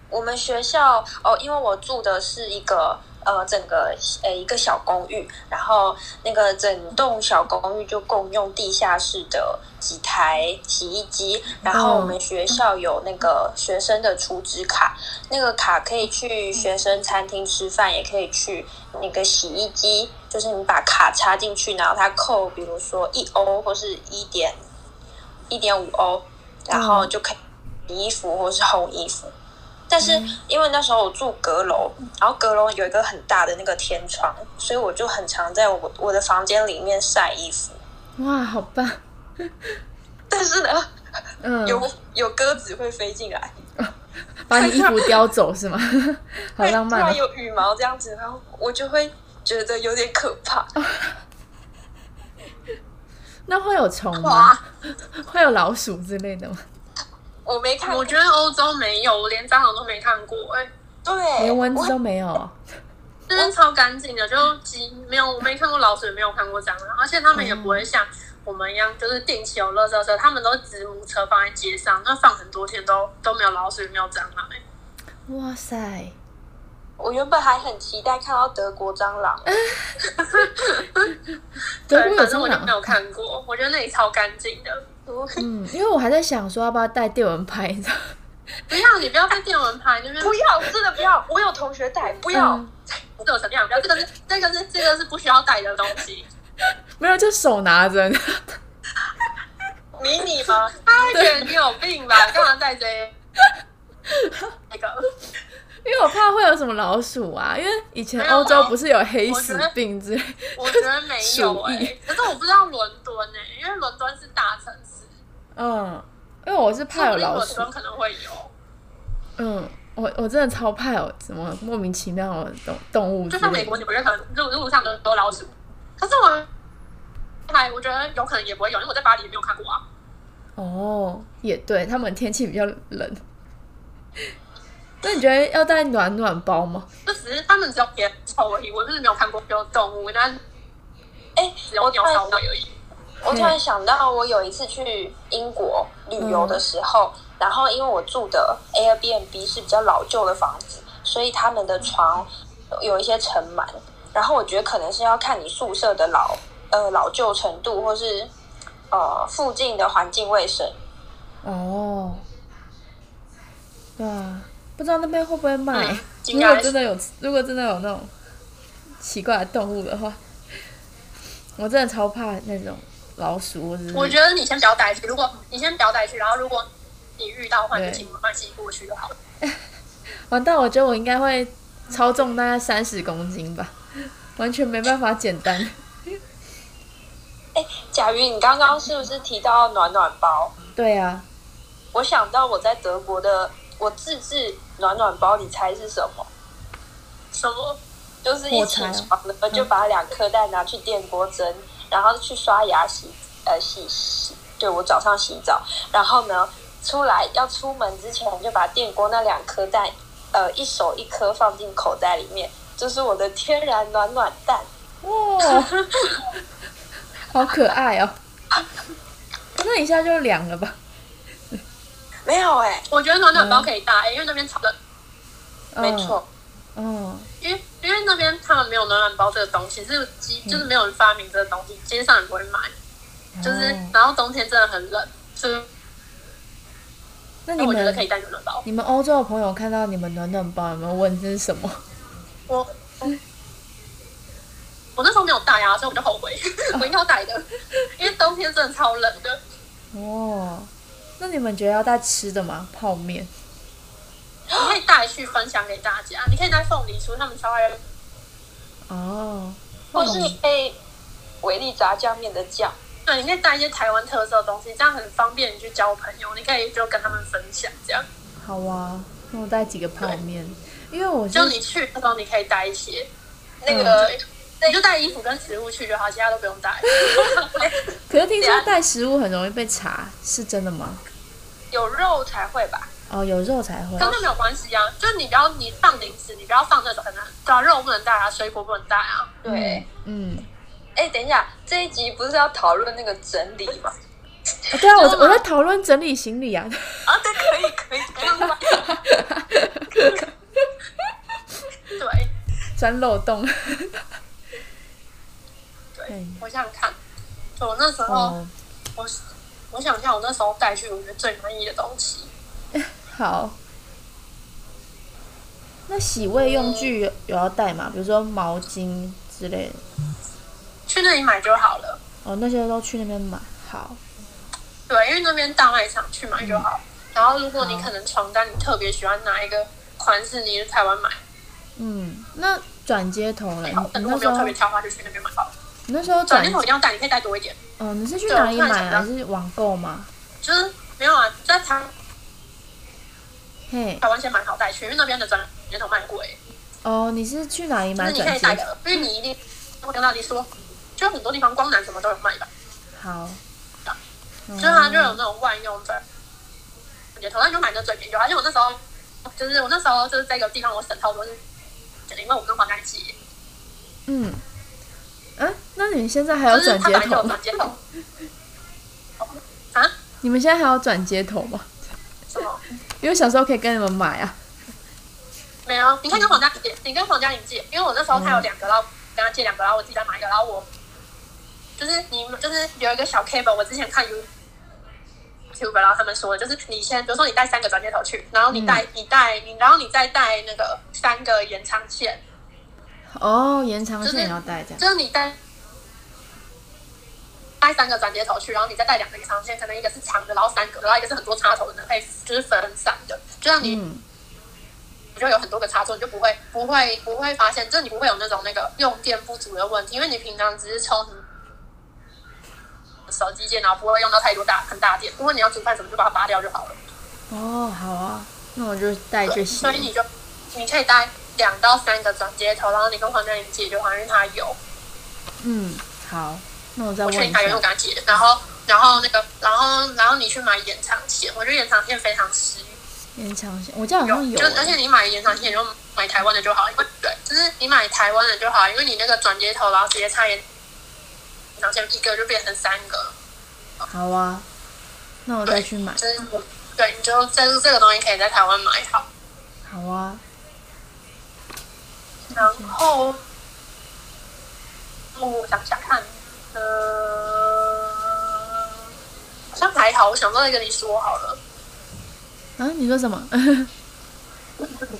[SPEAKER 1] 我们学校哦，因为我住的是一个呃整个呃一个小公寓，然后那个整栋小公寓就共用地下室的几台洗衣机，然后我们学校有那个学生的储值卡，那个卡可以去学生餐厅吃饭，也可以去那个洗衣机，就是你把卡插进去，然后它扣，比如说一欧或是一点一点五欧，然后
[SPEAKER 2] 嗯
[SPEAKER 1] 就可以洗衣服或是烘衣服。但是
[SPEAKER 2] 嗯
[SPEAKER 1] 因为那时候我住阁楼，然后阁楼有一个很大的那个天窗，所以我就很常在我我的房间里面晒衣服。
[SPEAKER 2] 哇，好棒！
[SPEAKER 1] 但是呢，
[SPEAKER 2] 嗯，
[SPEAKER 1] 有有鸽子会飞进来，
[SPEAKER 2] 把你衣服叼走是 吗？好浪漫
[SPEAKER 1] 突然
[SPEAKER 2] 哦！
[SPEAKER 1] 有羽毛这样子，然后我就会觉得有点可怕。
[SPEAKER 2] 哦那会有虫吗
[SPEAKER 3] 哇？
[SPEAKER 2] 会有老鼠之类的吗？
[SPEAKER 1] 我没看过
[SPEAKER 3] 我，觉得欧洲没有，我连蟑螂都没看过、哎，
[SPEAKER 1] 对，
[SPEAKER 2] 连蚊
[SPEAKER 1] 我
[SPEAKER 2] 子都没有哦。
[SPEAKER 3] 真的超干净的，就鸡没有，我没看过老鼠，也没有看过蟑螂，而且他们也不会像。我们一样，就是定期有垃圾车，他们都直木车放在街上，那放很多天都都没有老鼠，也没有蟑螂、欸。
[SPEAKER 2] 哇塞，
[SPEAKER 1] 我原本还很期待看到德国蟑螂，
[SPEAKER 2] 嗯德
[SPEAKER 3] 对，
[SPEAKER 2] 国有
[SPEAKER 3] 反
[SPEAKER 2] 啊
[SPEAKER 3] 正
[SPEAKER 2] 蟑
[SPEAKER 3] 我就没有
[SPEAKER 2] 螂。
[SPEAKER 3] 看过，我觉得那里超干净的。
[SPEAKER 2] 嗯，因为我还在想说要不要带电蚊拍，你知道吗
[SPEAKER 3] 不要，你不要看电蚊拍那边
[SPEAKER 1] 不要，真的不要，我有同学带，不要。
[SPEAKER 2] 嗯
[SPEAKER 3] 不有什么样，不要这个是这个是这个是不需要带的东西。
[SPEAKER 2] 没有就手拿着，
[SPEAKER 1] 迷你吗？
[SPEAKER 3] 他会觉得你有病吧？干嘛带这些那个？
[SPEAKER 2] 因为我怕会有什么老鼠啊，因为以前
[SPEAKER 3] 没有
[SPEAKER 2] 欧洲
[SPEAKER 3] 啊
[SPEAKER 2] 不是有黑
[SPEAKER 3] 我
[SPEAKER 2] 死
[SPEAKER 3] 觉得
[SPEAKER 2] 病之类，
[SPEAKER 3] 我觉得没有哎、
[SPEAKER 2] 鼠疫
[SPEAKER 3] 可是我不知道伦敦哎、因为伦敦是大城市，
[SPEAKER 2] 嗯，因为我是怕
[SPEAKER 3] 说
[SPEAKER 2] 有
[SPEAKER 3] 不
[SPEAKER 2] 老
[SPEAKER 3] 定伦
[SPEAKER 2] 鼠，
[SPEAKER 3] 敦可能会有。
[SPEAKER 2] 嗯，我我真的超怕有什么莫名其妙的动动物之
[SPEAKER 3] 就像美
[SPEAKER 2] 类的
[SPEAKER 3] 国，你不是可能路路上都都老鼠，可是我还我觉得有可能也不会有，因为我在巴黎也没有看过啊。
[SPEAKER 2] 哦，也对，他们天气比较冷。那你觉得要带暖暖包吗？
[SPEAKER 3] 就只是他们只有别人臭而已，我就是没有看过有动物，但
[SPEAKER 1] 哎、
[SPEAKER 3] 只有
[SPEAKER 1] 我
[SPEAKER 3] 鸟
[SPEAKER 1] 突然
[SPEAKER 3] 骚味而已。
[SPEAKER 1] 我突然想到，我有一次去英国旅游的时候，然后因为我住的 Airbnb 是比较老旧的房子，所以他们的床有一些尘螨。然后我觉得可能是要看你宿舍的老呃老旧程度，或是呃附近的环境卫生。
[SPEAKER 2] 哦，对啊，不知道那边会不会
[SPEAKER 3] 嗯
[SPEAKER 2] 卖。如
[SPEAKER 3] 应
[SPEAKER 2] 果
[SPEAKER 3] 该
[SPEAKER 2] 真的有，如果真的有那种奇怪的动物的话，我真的超怕那种老鼠或者是。
[SPEAKER 3] 我觉得你先不要带去，如果你先不要带去，然后如果你遇到的话，你就请麻烦寄过去就好了。
[SPEAKER 2] 完蛋，我觉得我应该会超重大概三十公斤吧，完全没办法简单。
[SPEAKER 1] 哎，贾云，你刚刚是不是提到暖暖包？
[SPEAKER 2] 对啊，
[SPEAKER 1] 我想到我在德国的我自制暖暖包，你猜是什么？
[SPEAKER 3] 什么？
[SPEAKER 1] 就是一
[SPEAKER 2] 啊
[SPEAKER 1] 起床呢，
[SPEAKER 2] 嗯
[SPEAKER 1] 就把两颗蛋拿去电锅蒸，然后去刷牙洗呃洗洗，对我早上洗澡，然后呢出来要出门之前就把电锅那两颗蛋呃一手一颗放进口袋里面，就是我的天然暖暖蛋。
[SPEAKER 2] 哇，好可爱 哦！那一下就凉了吧？
[SPEAKER 1] 没有哎、
[SPEAKER 3] 我觉得暖暖包可以带，因为那边超冷，
[SPEAKER 1] 没错，
[SPEAKER 2] 嗯，嗯，
[SPEAKER 3] 因为因为那边他们没有暖暖包这个东西，是基就是
[SPEAKER 2] 嗯
[SPEAKER 3] 没有人发明这个东西，街上也不会买。就是
[SPEAKER 2] 哦
[SPEAKER 3] 然后冬天真的很冷，所以
[SPEAKER 2] 那你
[SPEAKER 3] 我觉得可以
[SPEAKER 2] 们
[SPEAKER 3] 带暖暖包。
[SPEAKER 2] 你们欧洲的朋友看到你们暖暖包有没有问这是什么？
[SPEAKER 3] 我我那时候没有带啊，所以我就后 悔，我应该要带的，因为冬天真的超冷的。
[SPEAKER 2] 哦，那你们觉得要带吃的吗？泡面？
[SPEAKER 3] 你可以带去分享给大家，你可以带凤梨酥，他们超爱。
[SPEAKER 2] 哦，
[SPEAKER 1] 或是你可以维力炸酱面的酱，
[SPEAKER 3] 对，你可以带一些台湾特色的东西，这样很方便你去交朋友。你可以就跟他们分享，这样
[SPEAKER 2] 好啊，那我带几个泡面，因为我是
[SPEAKER 3] 就你去的时候你可以带一些，
[SPEAKER 1] 那
[SPEAKER 2] 嗯
[SPEAKER 1] 个、
[SPEAKER 3] 你就带衣服跟食物去就好，其他都不用带。
[SPEAKER 2] 可是听说带食物很容易被查，是真的吗？
[SPEAKER 1] 有肉才会吧？
[SPEAKER 2] 哦，有肉才会。
[SPEAKER 3] 跟那没有关系啊，就是你不要你放零食，你不要放那种可能对啊，肉不能带啊，水果不能带啊。
[SPEAKER 1] 对，
[SPEAKER 2] 嗯，
[SPEAKER 1] 哎、等一下，这一集不是要讨论那个整理吗？
[SPEAKER 2] 啊对啊，我
[SPEAKER 3] 真的
[SPEAKER 2] 我
[SPEAKER 3] 吗
[SPEAKER 2] 在讨论整理行 李啊。
[SPEAKER 1] 啊，对，可以，可以，可以。
[SPEAKER 3] 对，
[SPEAKER 2] 钻漏洞。
[SPEAKER 3] 对
[SPEAKER 2] 对，
[SPEAKER 3] 我想想看，就我那时候、
[SPEAKER 2] 哦，
[SPEAKER 3] 我我想一下，我那时候带去我觉得最满意的东西，
[SPEAKER 2] 好。那洗胃用具有有要带吗？比如说毛巾之类的。
[SPEAKER 3] 去那里买就好了。
[SPEAKER 2] 哦，那些都去那边买。好，
[SPEAKER 3] 对，因为那边大卖场去买
[SPEAKER 2] 嗯
[SPEAKER 3] 就好。然后如果你可能床单你特别喜欢哪一个款式，你去台湾买
[SPEAKER 2] 嗯，那转接头嘞？
[SPEAKER 3] 哎好了。
[SPEAKER 2] 你
[SPEAKER 3] 但
[SPEAKER 2] 哎
[SPEAKER 3] 如
[SPEAKER 2] 你那
[SPEAKER 3] 果没
[SPEAKER 2] 时
[SPEAKER 3] 有特
[SPEAKER 2] 候，
[SPEAKER 3] 别挑的话，就去那边买好了。
[SPEAKER 2] 你那时候
[SPEAKER 3] 转
[SPEAKER 2] 转
[SPEAKER 3] 接，头一定要带，你可以带多一点，
[SPEAKER 2] 哦，你是去
[SPEAKER 3] 对
[SPEAKER 2] 哪里
[SPEAKER 3] 我突然
[SPEAKER 2] 买
[SPEAKER 3] 想
[SPEAKER 2] 啊？
[SPEAKER 3] 到
[SPEAKER 2] 还是网购吗？
[SPEAKER 3] 就是没有啊，在台
[SPEAKER 2] 嘿，
[SPEAKER 3] 台湾先买好带去，因为那边的转接头卖贵，
[SPEAKER 2] 哦，你是去哪里
[SPEAKER 3] 就是
[SPEAKER 2] 买
[SPEAKER 3] 你可
[SPEAKER 2] 转
[SPEAKER 3] 以带
[SPEAKER 2] 接
[SPEAKER 3] 的
[SPEAKER 2] 头？，
[SPEAKER 3] 因为你一定我跟到你说，就很多地方光南什么都有卖吧，
[SPEAKER 2] 好，
[SPEAKER 3] 就是它就有
[SPEAKER 2] 哦
[SPEAKER 3] 那种万用转接头，那你就买那最便宜的。而且我那时候就是我那时候就是在一个地方我省超多是，因为我跟黄佳琪。
[SPEAKER 2] 嗯，啊，那那你们现在还有
[SPEAKER 3] 就是
[SPEAKER 2] 转
[SPEAKER 3] 它
[SPEAKER 2] 接
[SPEAKER 3] 本来就
[SPEAKER 2] 头
[SPEAKER 3] 有
[SPEAKER 2] 吗？
[SPEAKER 3] 转接头，哦啊
[SPEAKER 2] 你们现在还有转接头吗？
[SPEAKER 3] 什么？
[SPEAKER 2] 因为小时候可以跟你们买啊。
[SPEAKER 3] 没有，啊你可以跟黄家借，你跟黄家玲借，因为我那时候
[SPEAKER 2] 哦
[SPEAKER 3] 他有两个，然后跟他借两个，然后我自己再买一个，然后我就是你们就是有一个小 cable，我之前看 YouTube，然后他们说的就是你先，比如说你带三个转接头去，然后你
[SPEAKER 2] 嗯
[SPEAKER 3] 带、你带你，然后你再带那个三个延长线，
[SPEAKER 2] 哦，延长线也
[SPEAKER 3] 就是
[SPEAKER 2] 要带这样。
[SPEAKER 3] 就是你带。带三个转接头去，然后你再带两个延长线，可能一个是长的，然后三个，然后一个是很多插头的，可以就是分散的，就让你
[SPEAKER 2] 嗯，
[SPEAKER 3] 你就有很多个插座，你就不会不会不会发现，就是你不会有那种那个用电不足的问题，因为你平常只是充手机电脑，不会用到太多大很大电。如果你要煮饭什么，就把它拔掉就好了。
[SPEAKER 2] 哦，好啊，那我就带这些
[SPEAKER 3] 所。以你就你可以带两到三个转接头，然后你跟黄家玲借就好，因为他有，
[SPEAKER 2] 嗯，好，那我再
[SPEAKER 3] 我确
[SPEAKER 2] 问
[SPEAKER 3] 定
[SPEAKER 2] 一
[SPEAKER 3] 他有，因为我
[SPEAKER 2] 下。
[SPEAKER 3] 跟他借。然后然后那个然后然后你去买延长线，我觉得延长线非常实用。
[SPEAKER 2] 延长线，我家好
[SPEAKER 3] 有，
[SPEAKER 2] 像有
[SPEAKER 3] 就
[SPEAKER 2] 欸。
[SPEAKER 3] 而且你买延长线，你就买台湾的就好，因为对，就是你买台湾的就好，因为你那个转接头，然后直接插延长线一个就变成三个，
[SPEAKER 2] 好啊，那我再去买。
[SPEAKER 3] 就是对，你就这这个东西可以在台湾买好，
[SPEAKER 2] 好啊，
[SPEAKER 3] 然
[SPEAKER 2] 嗯
[SPEAKER 3] 后哦我想想看，呃，好像还好，我想到一个你说好了，
[SPEAKER 2] 啊，你说什么？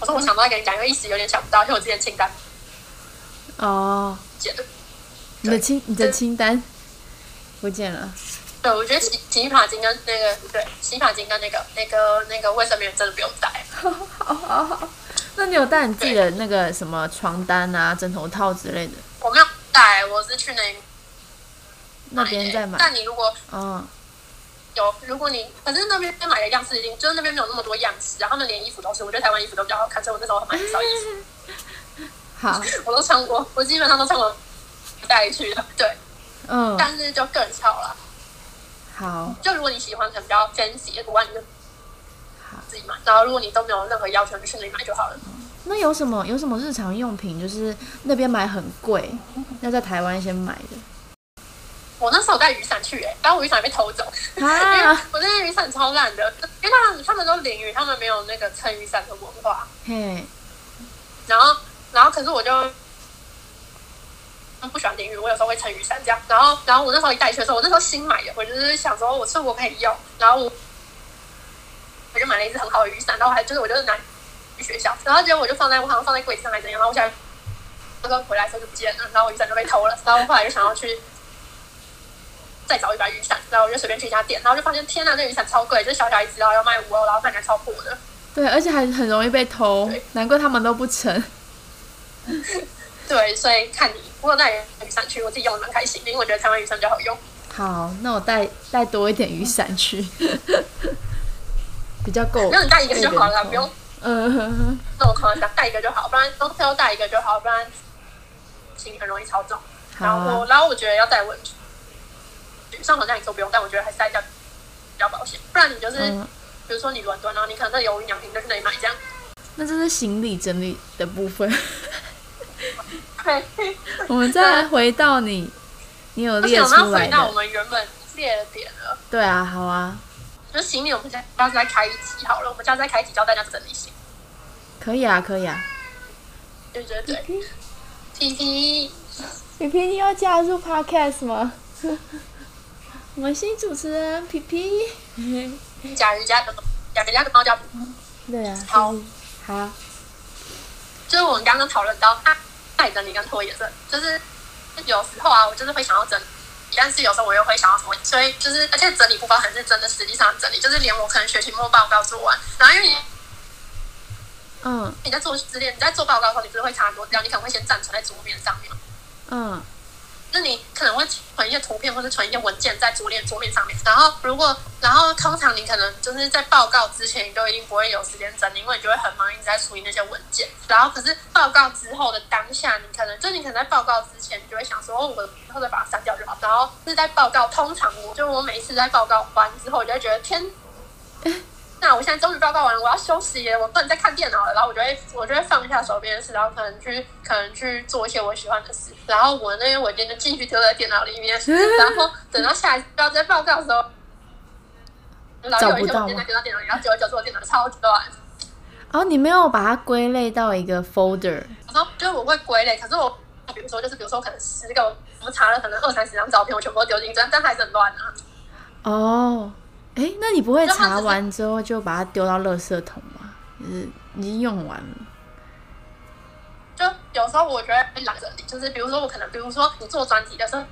[SPEAKER 3] 我说我想到一个你讲，因为一时有点想不到，因为我之前清单
[SPEAKER 2] 哦，
[SPEAKER 3] 不见了。
[SPEAKER 2] 你的清你的清单不见了。
[SPEAKER 3] 对，我觉得洗洗发精跟那个对洗发精跟那个那个那个卫生棉真的不用带。
[SPEAKER 2] 好好好，那你有带你自己的那个什么床单啊、枕头套之类的，
[SPEAKER 3] 我没有带，我是去那
[SPEAKER 2] 那边再买。
[SPEAKER 3] 但你如果
[SPEAKER 2] 哦，
[SPEAKER 3] 有，如果你反正那边买的样式已经，就是那边没有那么多样式，啊然后他们连衣服都是，我觉得台湾衣服都比较好看，所以我那时候买很少衣
[SPEAKER 2] 好，
[SPEAKER 3] 服，我都穿过，我基本上都穿我带去的，对，
[SPEAKER 2] 嗯，
[SPEAKER 3] 但是就更少了。
[SPEAKER 2] 好，
[SPEAKER 3] 就如果你喜欢可能比较 fancy 的图案，你就
[SPEAKER 2] 好
[SPEAKER 3] 自己买，然后如果你都没有任何要求，你就去那里买就好了。
[SPEAKER 2] 那有什么有什么日常用品，就是那边买很贵，要在台湾先买的
[SPEAKER 3] 我那时候带雨伞去、欸，然后我雨伞被偷走。 因为
[SPEAKER 2] 啊？
[SPEAKER 3] 我那个雨伞超烂的，因为他们他们都淋雨，他们没有那个撑雨伞的文化。
[SPEAKER 2] 嘿，
[SPEAKER 3] 然后然后可是我就不喜欢淋雨，我有时候会撑雨伞这样。然后然后我那时候一带去的时候，我那时候新买的，我就是想说我出国可以用，然后我我就买了一只很好的雨伞，然后我还就是我就是拿去学校，然后结果我就放在我好像放在柜子上还是怎样，然后我想那个回来的时候就不见了，然后我雨伞就被偷了，然后我后来就想要去。再找一把雨伞，然后我就随便去一家店，然后就发现天呐，那雨伞超贵，就是小小一只，然后要卖五欧，然后看起来超破的。
[SPEAKER 2] 对，而且还很容易被偷
[SPEAKER 3] 对，
[SPEAKER 2] 难怪他们都不成。
[SPEAKER 3] 对，所以看你，我有带雨伞去，我自己用的蛮开心的，因为我觉得台湾雨伞比较好用。
[SPEAKER 2] 好，那我带带多一点雨伞去， 比较够
[SPEAKER 3] 没。有，你带一个就好了，
[SPEAKER 2] 对
[SPEAKER 3] 不用
[SPEAKER 2] 嗯，
[SPEAKER 3] 那么夸张，带一个就好，不然都都带一个就好，不然行很容易超重。
[SPEAKER 2] 好
[SPEAKER 3] 然后我，
[SPEAKER 2] 啊，
[SPEAKER 3] 然后我觉得要带文具，上网那里都不用带，我觉得还是带一下比较保险。不然你就是，
[SPEAKER 2] 嗯，
[SPEAKER 3] 比如说你伦敦，然后你可能在有营养品就去那里买这样。
[SPEAKER 2] 那这是行李整理的 部分。
[SPEAKER 3] 对，
[SPEAKER 2] 我们再来回到你，你有
[SPEAKER 3] 而且
[SPEAKER 2] 列
[SPEAKER 3] 我
[SPEAKER 2] 出
[SPEAKER 3] 们要
[SPEAKER 2] 来
[SPEAKER 3] 哦回到我
[SPEAKER 2] 的。
[SPEAKER 3] 们原本列的点了，
[SPEAKER 2] 对啊，好啊，
[SPEAKER 3] 就是行李，我们下下次再开一集好了，我们下次再开一集教大家整理行李。
[SPEAKER 2] 可以啊，可以啊。
[SPEAKER 3] 对对对，P
[SPEAKER 2] 嗯
[SPEAKER 3] P。
[SPEAKER 2] 皮皮，你要加入 Podcast 吗？ 我们新主持人皮皮。
[SPEAKER 3] 假人家的假人家的猫叫，
[SPEAKER 2] 对啊，
[SPEAKER 3] 好，
[SPEAKER 2] 好，
[SPEAKER 3] 就是我们刚刚讨论到爱爱整理跟拖延症，就是有时候啊，我就是会想要整理，但是有时候我又会想要拖延，所以就是而且整理不包含是真的，实际上整理就是连我可能学期末报告做完，然后因为你
[SPEAKER 2] 嗯
[SPEAKER 3] 你在做资料，你在做报告的时候，你不是会查很多资料，你可能会先暂存在桌面上面嘛。
[SPEAKER 2] 嗯，
[SPEAKER 3] 就是你可能会存一些图片或者存一些文件在桌面桌面上面，然后如果然后通常你可能就是在报告之前，你都一定不会有时间整理，因为你就会很忙，一直在处理那些文件。然后可是报告之后的当下，你可能就是你可能在报告之前，你就会想说，哦，我以后再把它删掉就好。然后是在报告，通常我就我每一次在报告完之后，我就会觉得天，那我现在终于报告完了，我要休息了，我不能再看电脑了。然后我就会，我就会放下手边的事，然后可能去，可能去做一些我喜欢的事。然后我那边文件就继续丢在电脑里面，然后等到下一次要再报告的时候，然后有一些文件再丢到电脑里，然后久而久之我电脑超级乱。
[SPEAKER 2] 哦，你没有把它归类到一个 folder，
[SPEAKER 3] 然后就是我会归类，可是我比如说就是比如说可能十个，我查了可能二三十张照片，我全部都丢进去，但但还是很乱啊。
[SPEAKER 2] 哦，哎，那你不会
[SPEAKER 3] 就它只
[SPEAKER 2] 查
[SPEAKER 3] 是
[SPEAKER 2] 完之后就把它丢到垃圾桶吗？就是已经用完了。
[SPEAKER 3] 就有时候我觉得会懒得理，就是比如说我可能，比如说你做专题的时候，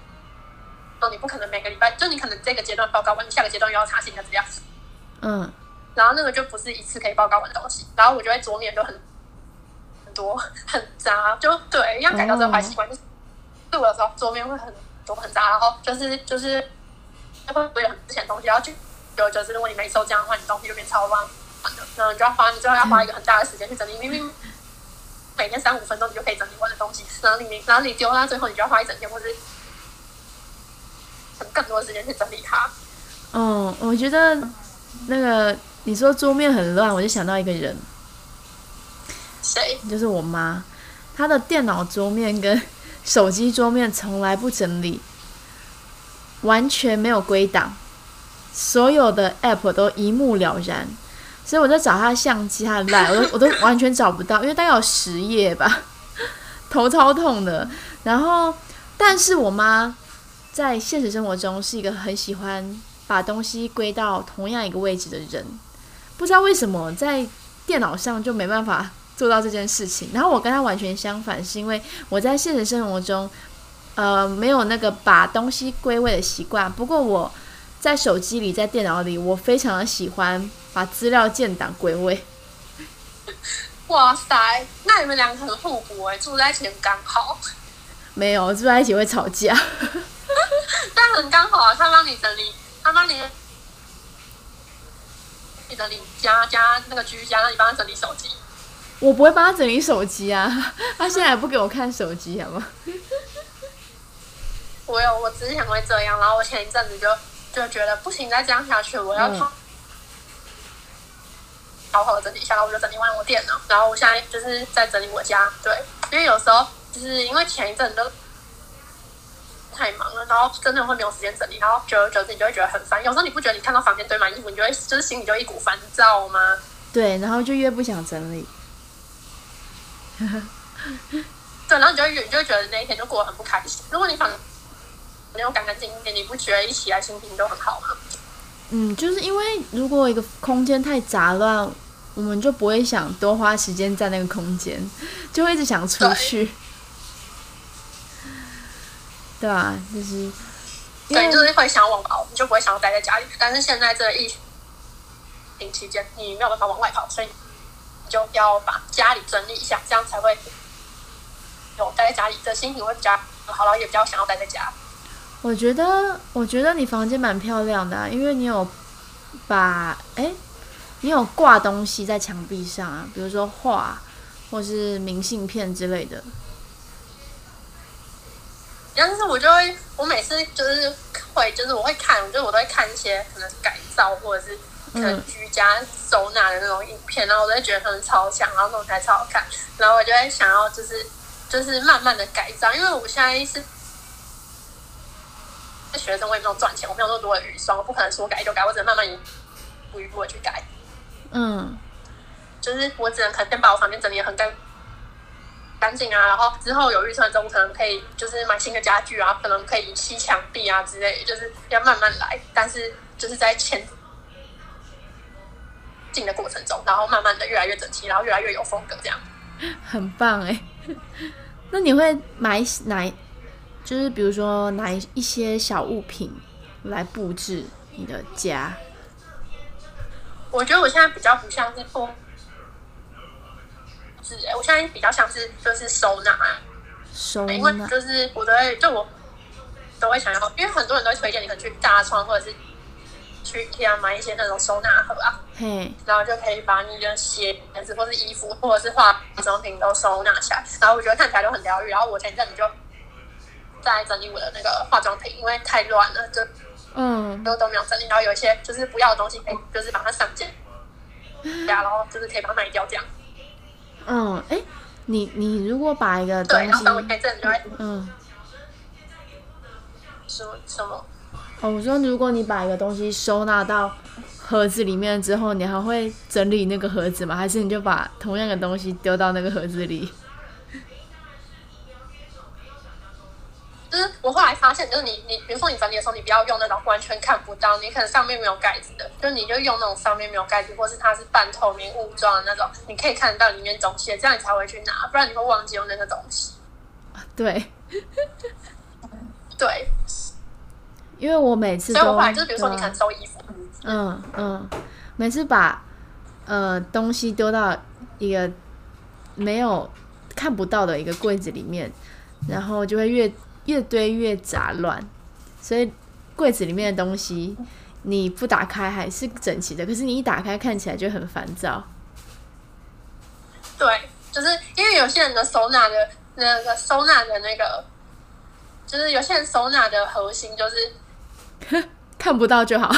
[SPEAKER 3] 哦，你不可能每个礼拜，就你可能这个阶段报告完，你下个阶段又要查新的资料，
[SPEAKER 2] 嗯，
[SPEAKER 3] 然后那个就不是一次可以报告完的东西，然后我就会桌面就很很多很杂，就对，要改掉这个坏习惯，就是对我的时候桌面会很多很杂，然后就是就是会会有很值钱的东西，然后就久而久之，如果你每次都这样的话，你东西就变超乱，然后你就要花，你最后要花一个很大的时间去整理，明明。每天三五分钟你就可以整理完的东西，然后你然后你丢到最后，你就要花一整天或者更多的时间去整理它。
[SPEAKER 2] 哦，我觉得那个你说桌面很乱，我就想到一个人，
[SPEAKER 3] 谁？
[SPEAKER 2] 就是我妈，她的电脑桌面跟 手机桌面从来不整理，完全没有归档，所有的 app 都一目了然。所以我在找她的相机，她的 line，我都我都完全找不到，因为大概有十页吧， 头超痛的。然后，但是我妈在现实生活中是一个很喜欢把东西归到同样一个位置的人，不知道为什么在电脑上就没办法做到这件事情。然后我跟他完全相反，是因为我在现实生活中，呃，没有那个把东西归位的习惯。不过我在手机里、在电脑里，我非常的喜欢把资料建档归位。
[SPEAKER 3] 哇塞，那你们两个很互补哎、住在一起很刚好，
[SPEAKER 2] 没有住在一起会吵架，
[SPEAKER 3] 但很刚好啊。他帮你整理，他帮你你整理家家那个居家，那你帮他整理手机。
[SPEAKER 2] 我不会帮他整理手机啊。他现在还不给我看手机，好吗？
[SPEAKER 3] 我有，我之前会这样，然后我前一阵子就就觉得不行，再这样下去，我要
[SPEAKER 2] 嗯
[SPEAKER 3] 好好好地整理一下，然后我就整理完我电脑，然后我现在就是在整理我家，对，因为有时候就是因为前一阵子都太忙了，然后真的会没有时间整理，然后久而久之你就会觉得很烦。有时候你不觉得你看到房间堆满衣服，你就会就是心里就一股烦躁吗？
[SPEAKER 2] 对，然后就越不想整理。
[SPEAKER 3] 对，然后你就会你就会觉得那一天就过得很不开心。如果你房没有干干净净，你不觉得一起来心情就很好吗？
[SPEAKER 2] 嗯，就是因为如果一个空间太杂乱，我们就不会想多花时间在那个空间，就会一直想出
[SPEAKER 3] 对
[SPEAKER 2] 去。 对啊，就是因
[SPEAKER 3] 对，
[SPEAKER 2] 为
[SPEAKER 3] 就是会想要往跑，你就不会想要待在家里。但是现在这个疫情期间，你没有办法往外跑，所以你就要把家里整理一下，这样才会有待在家里的心情会比较好，然后也比较想要待在家。
[SPEAKER 2] 我觉得，我觉得你房间蛮漂亮的啊、因为你有把哎，你有挂东西在墙壁上啊，比如说画或是明信片之类的。
[SPEAKER 3] 但是我就会，我每次就是会，就是我会看，我就我都会看一些可能改造或者是可能居家收纳的那种影片，然后我都会觉得他们超强，然后弄起来超好看，然后我就会想要就是就是慢慢的改造，因为我现在是。学生我也没有赚钱，我没有那么多的预算，我不可能说改就改，我只能慢慢一步一步的去改。
[SPEAKER 2] 嗯，
[SPEAKER 3] 就是我只能可能先把我房间整理得很干干净啊，然后之后有预算之后，我可能可以就是买新的家具啊，可能可以漆墙壁啊之类，就是要慢慢来，但是就是在前进的过程中，然后慢慢的越来越整齐，然后越来越有风格这样。
[SPEAKER 2] 很棒哎、 那你会买哪？就是比如说拿一些小物品来布置你的家。
[SPEAKER 3] 我觉得我现在比较不像是布置，欸我现在比较像是就是收纳啊，
[SPEAKER 2] 收
[SPEAKER 3] 因为
[SPEAKER 2] 纳，
[SPEAKER 3] 就是我都会，就我都会想要，因为很多人都会推荐你可能去大创或者是去 IKEA 买一些那种收纳盒啊，
[SPEAKER 2] 嘿，
[SPEAKER 3] 然后就可以把你的鞋子或是衣服或者是化妆品都收纳起来，然后我觉得看起来都很疗愈。然后我前一阵子就在整理我的那个化妆品，因为太乱了，就
[SPEAKER 2] 嗯，
[SPEAKER 3] 都都没有整理，然后有一些就是不要的东西可以就是把它上件
[SPEAKER 2] 啊
[SPEAKER 3] 家，然后就是可以把它卖掉这样。
[SPEAKER 2] 嗯，哎，你你如果把一个东
[SPEAKER 3] 对，然后
[SPEAKER 2] 西，
[SPEAKER 3] 等我开证就会
[SPEAKER 2] 嗯，
[SPEAKER 3] 什么什么，
[SPEAKER 2] 哦，我说如果你把一个东西收纳到盒子里面之后，你还会整理那个盒子吗？还是你就把同样的东西丢到那个盒子里？
[SPEAKER 3] 就是我后来发现，就是你你比如说你整理的时候，你不要用那种完全看不到，你可能上面没有盖子的，就是你就用那种上面没有盖子，或是它是半透明雾状的那种，你可以看得到里面东西的，这样你才会去拿，不然你会忘记用那个东西。
[SPEAKER 2] 对，
[SPEAKER 3] 对，
[SPEAKER 2] 因为我每次
[SPEAKER 3] 所
[SPEAKER 2] 都
[SPEAKER 3] 以我后来就是比如说你
[SPEAKER 2] 对啊
[SPEAKER 3] 可能收衣服，
[SPEAKER 2] 嗯，嗯，每次把呃东西丢到一个没有看不到的一个柜子里面，然后就会越越堆越杂乱，所以柜子里面的东西你不打开还是整齐的，可是你一打开看起来就很烦躁。
[SPEAKER 3] 对，就是因为有些人的收纳的那个收纳的那个，就是有些人收纳的核心就是
[SPEAKER 2] 看不到就好，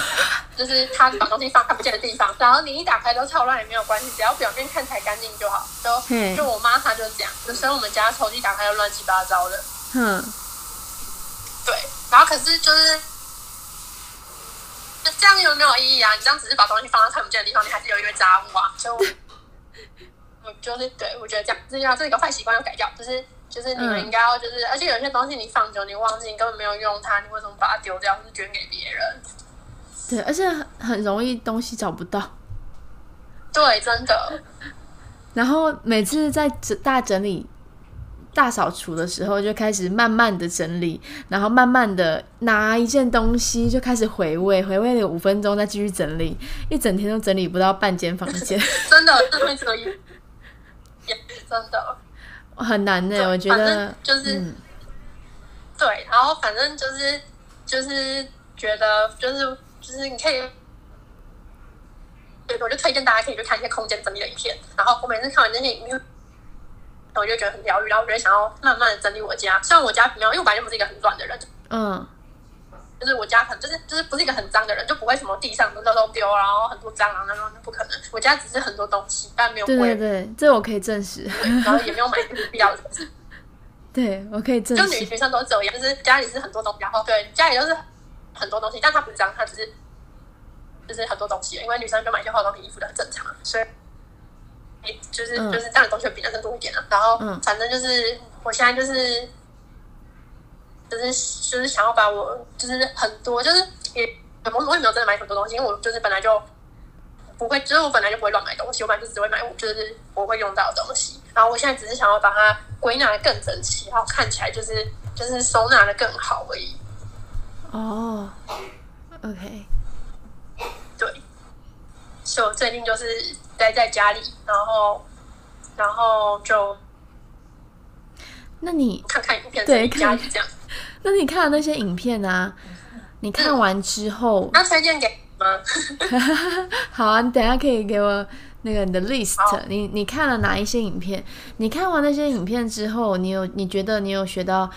[SPEAKER 3] 就是他把东西放看不见的地方，然后你一打开都超乱也没有关系，只要表面看起来干净就好。
[SPEAKER 2] 嘿
[SPEAKER 3] 就就我妈她就是这样，就所以我们家抽屉打开就乱七八糟的。
[SPEAKER 2] 哼，
[SPEAKER 3] 对，然后可是就是。就这样有没有意义啊？你这样只是把东西放到看不见的地方，你还是有一堆杂物啊。 所以我，我就是对我觉得这样，这要这个坏习惯要改掉，就是就是你们
[SPEAKER 2] 嗯
[SPEAKER 3] 应该要就是，而且有些东西你放久你忘记，你根本没有用它，你为什么把它丢掉，或是捐给别人？
[SPEAKER 2] 对，而且很很容易东西找不到。
[SPEAKER 3] 对，真的，
[SPEAKER 2] 然后每次在整大整理、大扫除的时候，就开始慢慢的整理，然后慢慢的拿一件东西就开始回味，回味了五分钟，再继续整理，一整天都整理不到半间房间，
[SPEAKER 3] 真的，真的会这样，真的。
[SPEAKER 2] 很难呢、
[SPEAKER 3] 对
[SPEAKER 2] 我觉
[SPEAKER 3] 反
[SPEAKER 2] 得
[SPEAKER 3] 正就是
[SPEAKER 2] 嗯、
[SPEAKER 3] 对，然后反正就是就是觉得就是就是你可以，对，我就推荐大家可以去看一些空间整理的影片。然后我每次看完那些影片，我就觉得很疗愈，然后我就想要慢慢的整理我家。虽然我家没有，因为我本来就不是一个很乱的人，
[SPEAKER 2] 嗯，
[SPEAKER 3] 就是我家可能就是就是不是一个很脏的人，就不会什么地上的垃圾都丢，啊然后很多蟑螂那种，就不可能。我家只是很多东西，但没有
[SPEAKER 2] 对对
[SPEAKER 3] 柜，
[SPEAKER 2] 对，这我可以证实，
[SPEAKER 3] 然 后也没有买必要的东西。
[SPEAKER 2] 对我可以证
[SPEAKER 3] 就女
[SPEAKER 2] 实，
[SPEAKER 3] 学生都这样，就是家里是很多东西，然后对家里就是很多东西，但她不是脏，她只是就是很多东西，因为女生就买一些化妆品、衣服的很正常，啊所以。就是
[SPEAKER 2] 嗯
[SPEAKER 3] 就是当然东西会比男生多一点啊，然后
[SPEAKER 2] 嗯
[SPEAKER 3] 反正就是我现在就是就是就是想要把我就是很多就是也我我也没有真的买很多东西，因为我就是本来就不会，就是我本来就不会乱买东西，我本来就只会买我就是我会用到的东西。然后我现在只是想要把它归纳的更整齐，然后看起来就是就是收纳的更好而已。
[SPEAKER 2] 哦，OK，
[SPEAKER 3] 对，所以我最近就是待在家里，然后然后就
[SPEAKER 2] 那你
[SPEAKER 3] 看看影片，
[SPEAKER 2] 对
[SPEAKER 3] 整理家里这样。
[SPEAKER 2] 那你看的那些影片啊，你看完之后，
[SPEAKER 3] 那推荐给你吗？
[SPEAKER 2] 好啊，你等一下可以给我那个你的 list，
[SPEAKER 3] 好
[SPEAKER 2] 你你看了哪一些影片？你看完那些影片之后，你有你觉得你有学到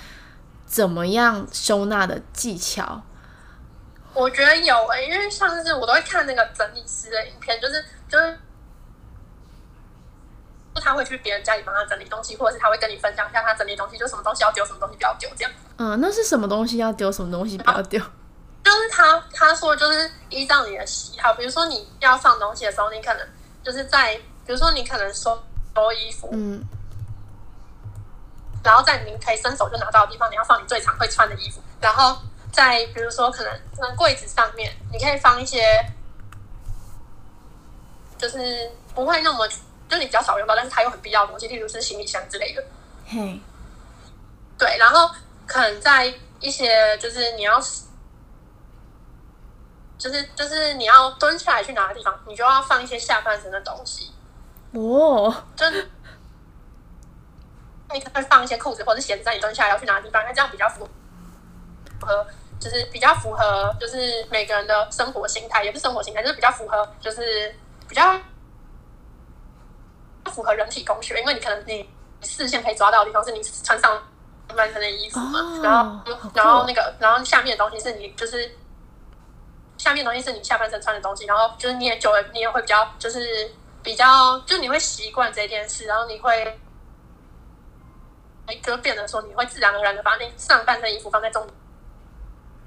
[SPEAKER 2] 怎么样收纳的技巧？
[SPEAKER 3] 我觉得有诶、因为上次我都会看那个整理师的影片，就是就是。他会去别人家里帮他整理东西，或者是他会跟你分享一下他整理东西，就什么东西要丢，什么东西不要丢这样。
[SPEAKER 2] 嗯，那是什么东西要丢，什么东西不要
[SPEAKER 3] 啊
[SPEAKER 2] 丢？
[SPEAKER 3] 就是他他说就是依照你的喜好，比如说你要放东西的时候，你可能就是在比如说你可能收收衣服，
[SPEAKER 2] 嗯
[SPEAKER 3] 然后在你可以伸手就拿到的地方，你要放你最常会穿的衣服，然后在比如说可能嗯可能柜子上面，你可以放一些就是不会那么就你比较少用到，但是它又很必要的东西，例如是行李箱之类的。
[SPEAKER 2] 嘿，
[SPEAKER 3] 对，然后可能在一些就是你要，就是就是你要蹲下来去拿的地方，你就要放一些下半身的东西，
[SPEAKER 2] 哦，
[SPEAKER 3] 就是你可能放一些裤子或者鞋子在你蹲下来要去拿的地方，那这样比较符合，就是比较符合就是每个人的生活形态，也不是生活形态，就是比较符合就是比较符合人体工学，因为你可能你视线可以抓到的地方是你穿上上半身的衣服嘛，
[SPEAKER 2] 哦
[SPEAKER 3] 然后
[SPEAKER 2] 好酷
[SPEAKER 3] 然后那个然后下面的东西是你就是。下面的东西是你下半身穿的东西，然后就是你也久了，你也会比较就是比较，就你会习惯这件事，然后你会，就变得说你会自然而然的把你上半身衣服放在中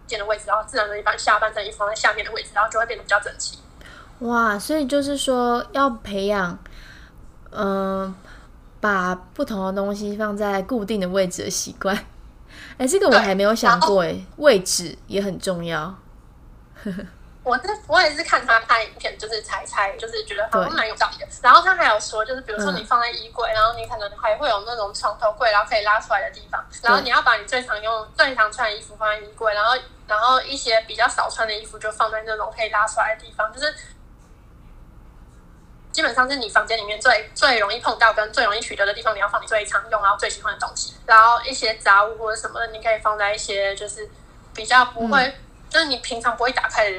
[SPEAKER 3] 间的位置，然后自然的把下半身衣服放在下面的位置，然后就会变得比较整齐。
[SPEAKER 2] 哇，所以就是说要培养，嗯、把不同的东西放在固定的位置的习惯。哎，这个我
[SPEAKER 3] 对
[SPEAKER 2] 还没有想
[SPEAKER 3] 然后
[SPEAKER 2] 过，哎，位置也很重要。
[SPEAKER 3] 我是我也是看他拍影片，就是猜猜，就是觉得好像
[SPEAKER 2] 对
[SPEAKER 3] 蛮有道理的。然后他还有说，就是比如说
[SPEAKER 2] 嗯
[SPEAKER 3] 你放在衣柜，然后你可能还会有那种床头柜，然后可以拉出来的地方。然后
[SPEAKER 2] 对
[SPEAKER 3] 你要把你最常用、最常穿的衣服放在衣柜，然后然后一些比较少穿的衣服就放在那种可以拉出来的地方，就是。基本上是你房间里面最最容易碰到跟最容易取得的地方，你要放你最常用然后最喜欢的东西，然后一些杂物或者什么的，你可以放在一些就是比较不会，
[SPEAKER 2] 嗯
[SPEAKER 3] 就是你平常不会打开的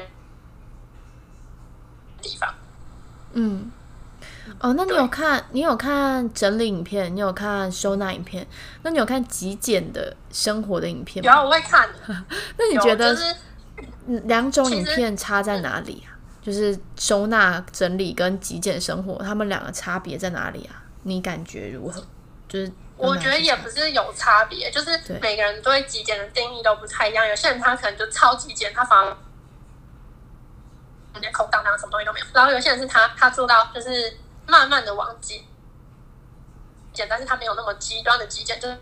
[SPEAKER 3] 地方。
[SPEAKER 2] 嗯，哦，那你有看你有看整理影片，你有看收纳影片，那你有看极简的生活的影片
[SPEAKER 3] 然后
[SPEAKER 2] 吗？
[SPEAKER 3] 啊我会看，
[SPEAKER 2] 那 你
[SPEAKER 3] 有
[SPEAKER 2] 觉得
[SPEAKER 3] 就是
[SPEAKER 2] 嗯两种
[SPEAKER 3] 其
[SPEAKER 2] 影
[SPEAKER 3] 实
[SPEAKER 2] 片差在哪里啊？就是收纳整理跟极简生活，他们两个差别在哪里啊？你感觉如何？就是有
[SPEAKER 3] 我
[SPEAKER 2] 哪
[SPEAKER 3] 觉得
[SPEAKER 2] 些
[SPEAKER 3] 也
[SPEAKER 2] 差
[SPEAKER 3] 不是有差别，就是
[SPEAKER 2] 对
[SPEAKER 3] 每个人对极简的定义都不太一样。有些人他可能就超极简，他反而连空荡荡，什么东西都没有。然后有些人是他他做到就是慢慢的往极简，但是他没有那么极端的极简，就是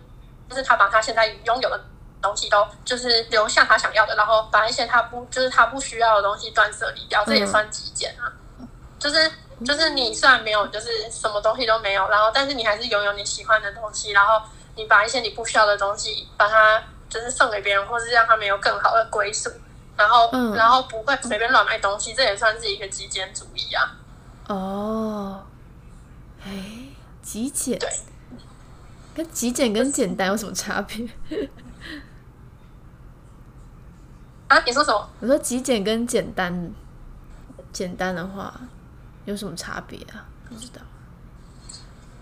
[SPEAKER 3] 就是他把他现在拥有的东西都就是留下他想要的，然后把一些他不就是他不需要的东西断舍离掉，这也
[SPEAKER 2] 嗯
[SPEAKER 3] 算极简啊。就是就是你虽然没有，就是什么东西都没有，然后但是你还是拥有你喜欢的东西，然后你把一些你不需要的东西，把它就是送给别人，或是让他们有更好的归属，然后、
[SPEAKER 2] 嗯
[SPEAKER 3] 然后不会随便乱买东西，这也算是一个极简主义啊。
[SPEAKER 2] 哦，哎，极简
[SPEAKER 3] 对，
[SPEAKER 2] 跟极简跟简单有什么差别？
[SPEAKER 3] 啊，你说什么？
[SPEAKER 2] 我说极简跟简单，简单的话有什么差别啊？不知道。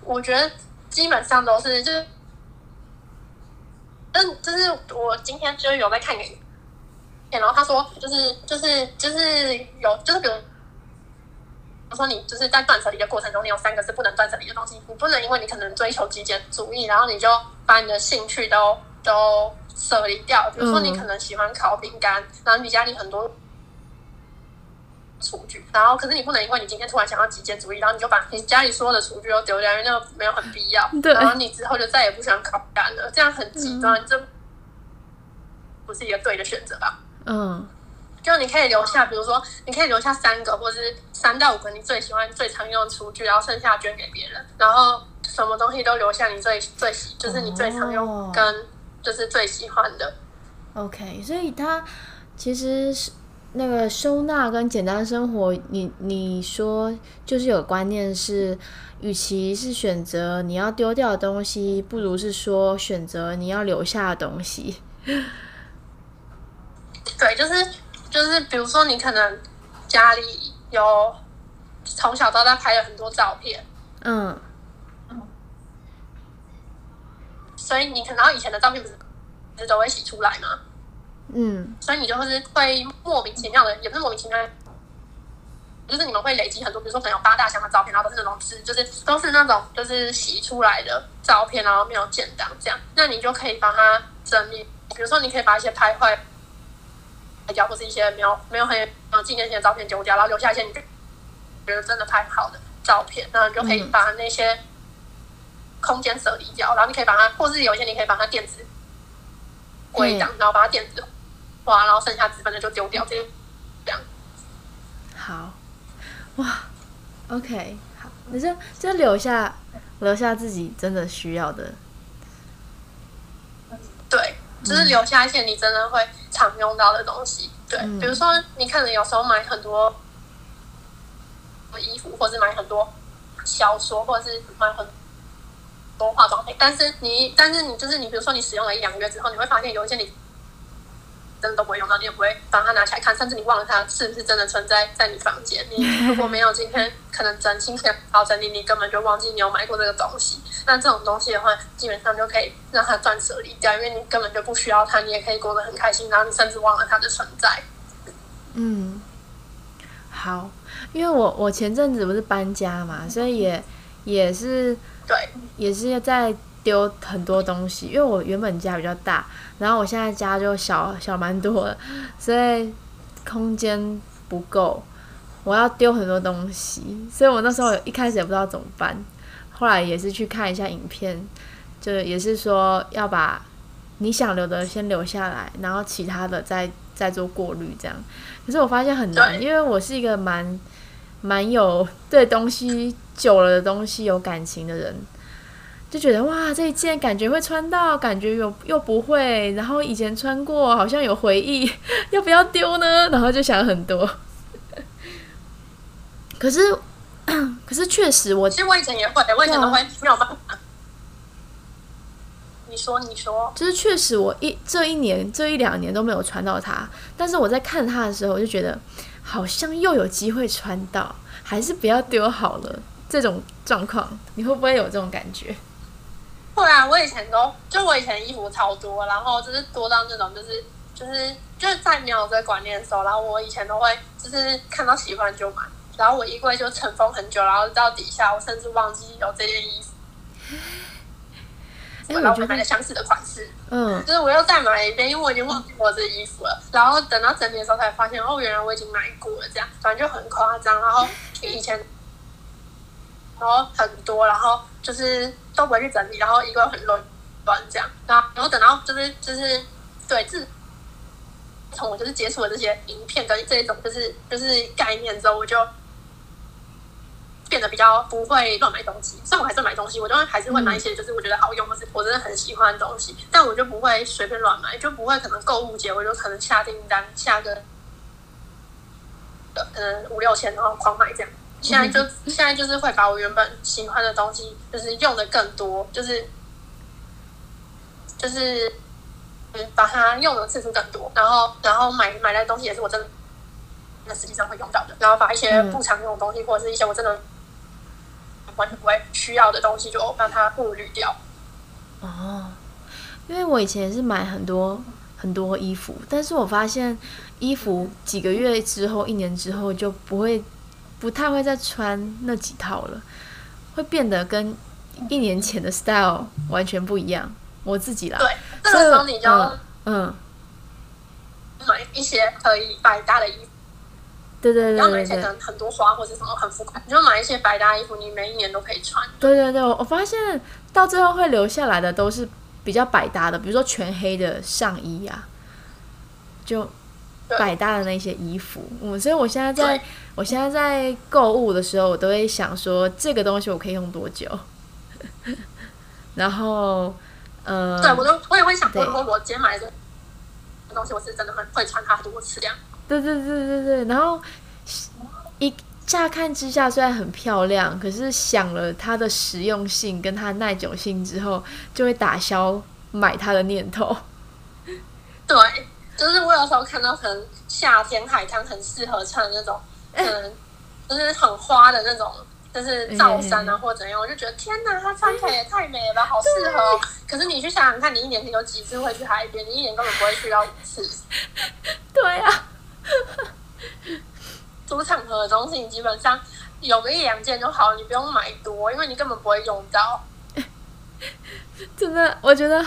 [SPEAKER 3] 我觉得基本上都是就是。但就是我今天就是有在看一个影片，然后他说就是就是就是有就是比如我说你就是在断舍离的过程中，你有三个是不能断舍离的东西，你不能因为你可能追求极简主义，然后你就把你的兴趣都都舍离掉。比如说你可能喜欢烤饼干，然后你家里很多厨具，然后可是你不能因为你今天突然想要极简主义，然后你就把你家里所有的厨具都丢掉，因为那个没有很必要。
[SPEAKER 2] 对
[SPEAKER 3] 然后你之后就再也不喜欢烤饼干了，这样很极端，这不是一个对的选择吧？
[SPEAKER 2] 嗯
[SPEAKER 3] 就你可以留下，比如说你可以留下三个，或者是三到五个你最喜欢、最常用的厨具，然后剩下捐给别人，然后什么东西都留下你最最喜，就是你最常
[SPEAKER 2] 哦
[SPEAKER 3] 用跟就是最喜欢的。
[SPEAKER 2] ，OK，所以它其实是那个收纳跟简单生活，你你说就是有观念是，与其是选择你要丢掉的东西，不如是说选择你要留下的东西。
[SPEAKER 3] 对，就是就是，比如说你可能家里有从小到大拍了很多照片，
[SPEAKER 2] 嗯，
[SPEAKER 3] 所以你可能以前的照片不是不是都会洗出来吗？
[SPEAKER 2] 嗯，
[SPEAKER 3] 所以你就是会莫名其妙的，也不是莫名其妙的，就是你们会累积很多，比如说可能有八大箱的照片，然后都是那种是就是都是那种就是洗出来的照片，然后没有建档这样，那你就可以把它整理，比如说你可以把一些拍坏掉，或是一些没有没有很有纪念性的照片丢掉，然后留下一些你觉得真的拍好的照片，然后你就可以
[SPEAKER 2] 嗯
[SPEAKER 3] 把那些空间舍离掉，然后你可以把它，或是有一些你可以把它电子归档，然后把它电子花，然后剩下纸本的就丢掉，这样
[SPEAKER 2] 好，哇，OK，好，你就就留下留下自己真的需要的，
[SPEAKER 3] 对，就是留下一些你真的会常用到的东西。对，
[SPEAKER 2] 嗯
[SPEAKER 3] 比如说你可能有时候买很多衣服，或是买很多小说，或者是买很多化妆品，但是你但是你就是你，比如说你使用了一两个月之后，你会发现有一些你。真的都不会用到，你也不会把它拿起来看，甚至你忘了它是不是真的存在在你房间。你如果没有今天可能整清钱包整理，你根本就忘记你有买过这个东西。那这种东西的话，基本上就可以让它断舍离掉，因为你根本就不需要它，你也可以过得很开心，然后你甚至忘了它的存在。
[SPEAKER 2] 嗯，好，因为我我前阵子不是搬家嘛，所以也也是
[SPEAKER 3] 对，
[SPEAKER 2] 也是在丢很多东西，因为我原本家比较大，然后我现在家就小小蛮多了，所以空间不够，我要丢很多东西，所以我那时候一开始也不知道怎么办，后来也是去看一下影片，就也是说要把你想留的先留下来，然后其他的再再做过滤这样。可是我发现很难，
[SPEAKER 3] 对
[SPEAKER 2] 因为我是一个蛮蛮有对东西久了的东西有感情的人，就觉得哇这一件感觉会穿到，感觉有又不会，然后以前穿过好像有回忆， 要不要丢呢？然后就想很多。可是， 可是确实我
[SPEAKER 3] 其实我以前也会，我以前都
[SPEAKER 2] 啊
[SPEAKER 3] 会没有办法。你说，你说，
[SPEAKER 2] 就是确实我一这一年这一两年都没有穿到它，但是我在看它的时候，我就觉得好像又有机会穿到，还是不要丢好了。这种状况，你会不会有这种感觉？
[SPEAKER 3] 后来啊我以前都，就我以前衣服超多，然后就是多到那种，就是就是就是在没有这个观念的时候，然后我以前都会就是看到喜欢就买，然后我衣柜就尘封很久，然后到底下我甚至忘记有这件衣服，
[SPEAKER 2] 哎、
[SPEAKER 3] 然
[SPEAKER 2] 我
[SPEAKER 3] 后
[SPEAKER 2] 觉
[SPEAKER 3] 我买了
[SPEAKER 2] 得，
[SPEAKER 3] 相似的款式，
[SPEAKER 2] 嗯，
[SPEAKER 3] 就是我又再买了一遍，因为我已经忘记我这衣服了。然后等到整理的时候才发现，哦，原来我已经买过了，这样反正就很夸张。然后以前，然后很多，然后就是都不会去整理，然后衣柜很乱乱这样。然后然后等到就是就是对自从我就是接触了这些影片跟这种就是就是概念之后，我就。变得比较不会乱买东西，虽然我还是买东西，我都还是会买一些就是我觉得好用或是我真的很喜欢的东西，但我就不会随便乱买，就不会可能购物节我就可能下订单下个呃可能五六千然后狂买这样。现在就现在就是会把我原本喜欢的东西就是用的更多，就是就是嗯把它用的次数更多，然后然后买买的东西也是我真的。那实际上会用到的，然后把一些
[SPEAKER 2] 嗯
[SPEAKER 3] 不常用的东西，或者是一些我真的完全不会需要的东西，就让它过滤掉。
[SPEAKER 2] 哦，因为我以前也是买很多很多衣服，但是我发现衣服几个月之后、一年之后就不会不太会再穿那几套了，会变得跟一年前的 style 完全不一样。我自己啦，
[SPEAKER 3] 对，这个时候你就
[SPEAKER 2] 嗯嗯，
[SPEAKER 3] 买一些可以百搭的衣服，
[SPEAKER 2] 对对
[SPEAKER 3] 不
[SPEAKER 2] 对
[SPEAKER 3] 要买一
[SPEAKER 2] 对
[SPEAKER 3] 些可
[SPEAKER 2] 对
[SPEAKER 3] 能很多花或者什么很浮夸，你就买一些百搭衣服，你每一年都可以穿。
[SPEAKER 2] 对对对，我我发现到最后会留下来的都是比较百搭的，比如说全黑的上衣啊，就
[SPEAKER 3] 对
[SPEAKER 2] 百搭的那些衣服。嗯，所以我现在在
[SPEAKER 3] 对
[SPEAKER 2] 我现在在购物的时候，我都会想说这个东西我可以用多久， 然后呃，
[SPEAKER 3] 对我都我也会想过，
[SPEAKER 2] 对
[SPEAKER 3] 如果我今天买的这东西，我是真的很会穿它很多次这样。
[SPEAKER 2] 对对对对对，然后一乍看之下虽然很漂亮，可是想了它的实用性跟它的耐久性之后，就会打消买它的念头。
[SPEAKER 3] 对，就是我有时候看到可能夏天海滩很适合穿那种，嗯，就是很花的那种，就是罩衫啊或者怎样，我就觉得天哪，它穿起来也太美了吧，好适合哦。可是你去想想看，你一年有几次会去海边？你一年根本不会去到一次。
[SPEAKER 2] 对啊，
[SPEAKER 3] 主场合的东西，你基本上有个一两件就好，你不用买多，因为你根本不会用到。
[SPEAKER 2] 真的，我觉得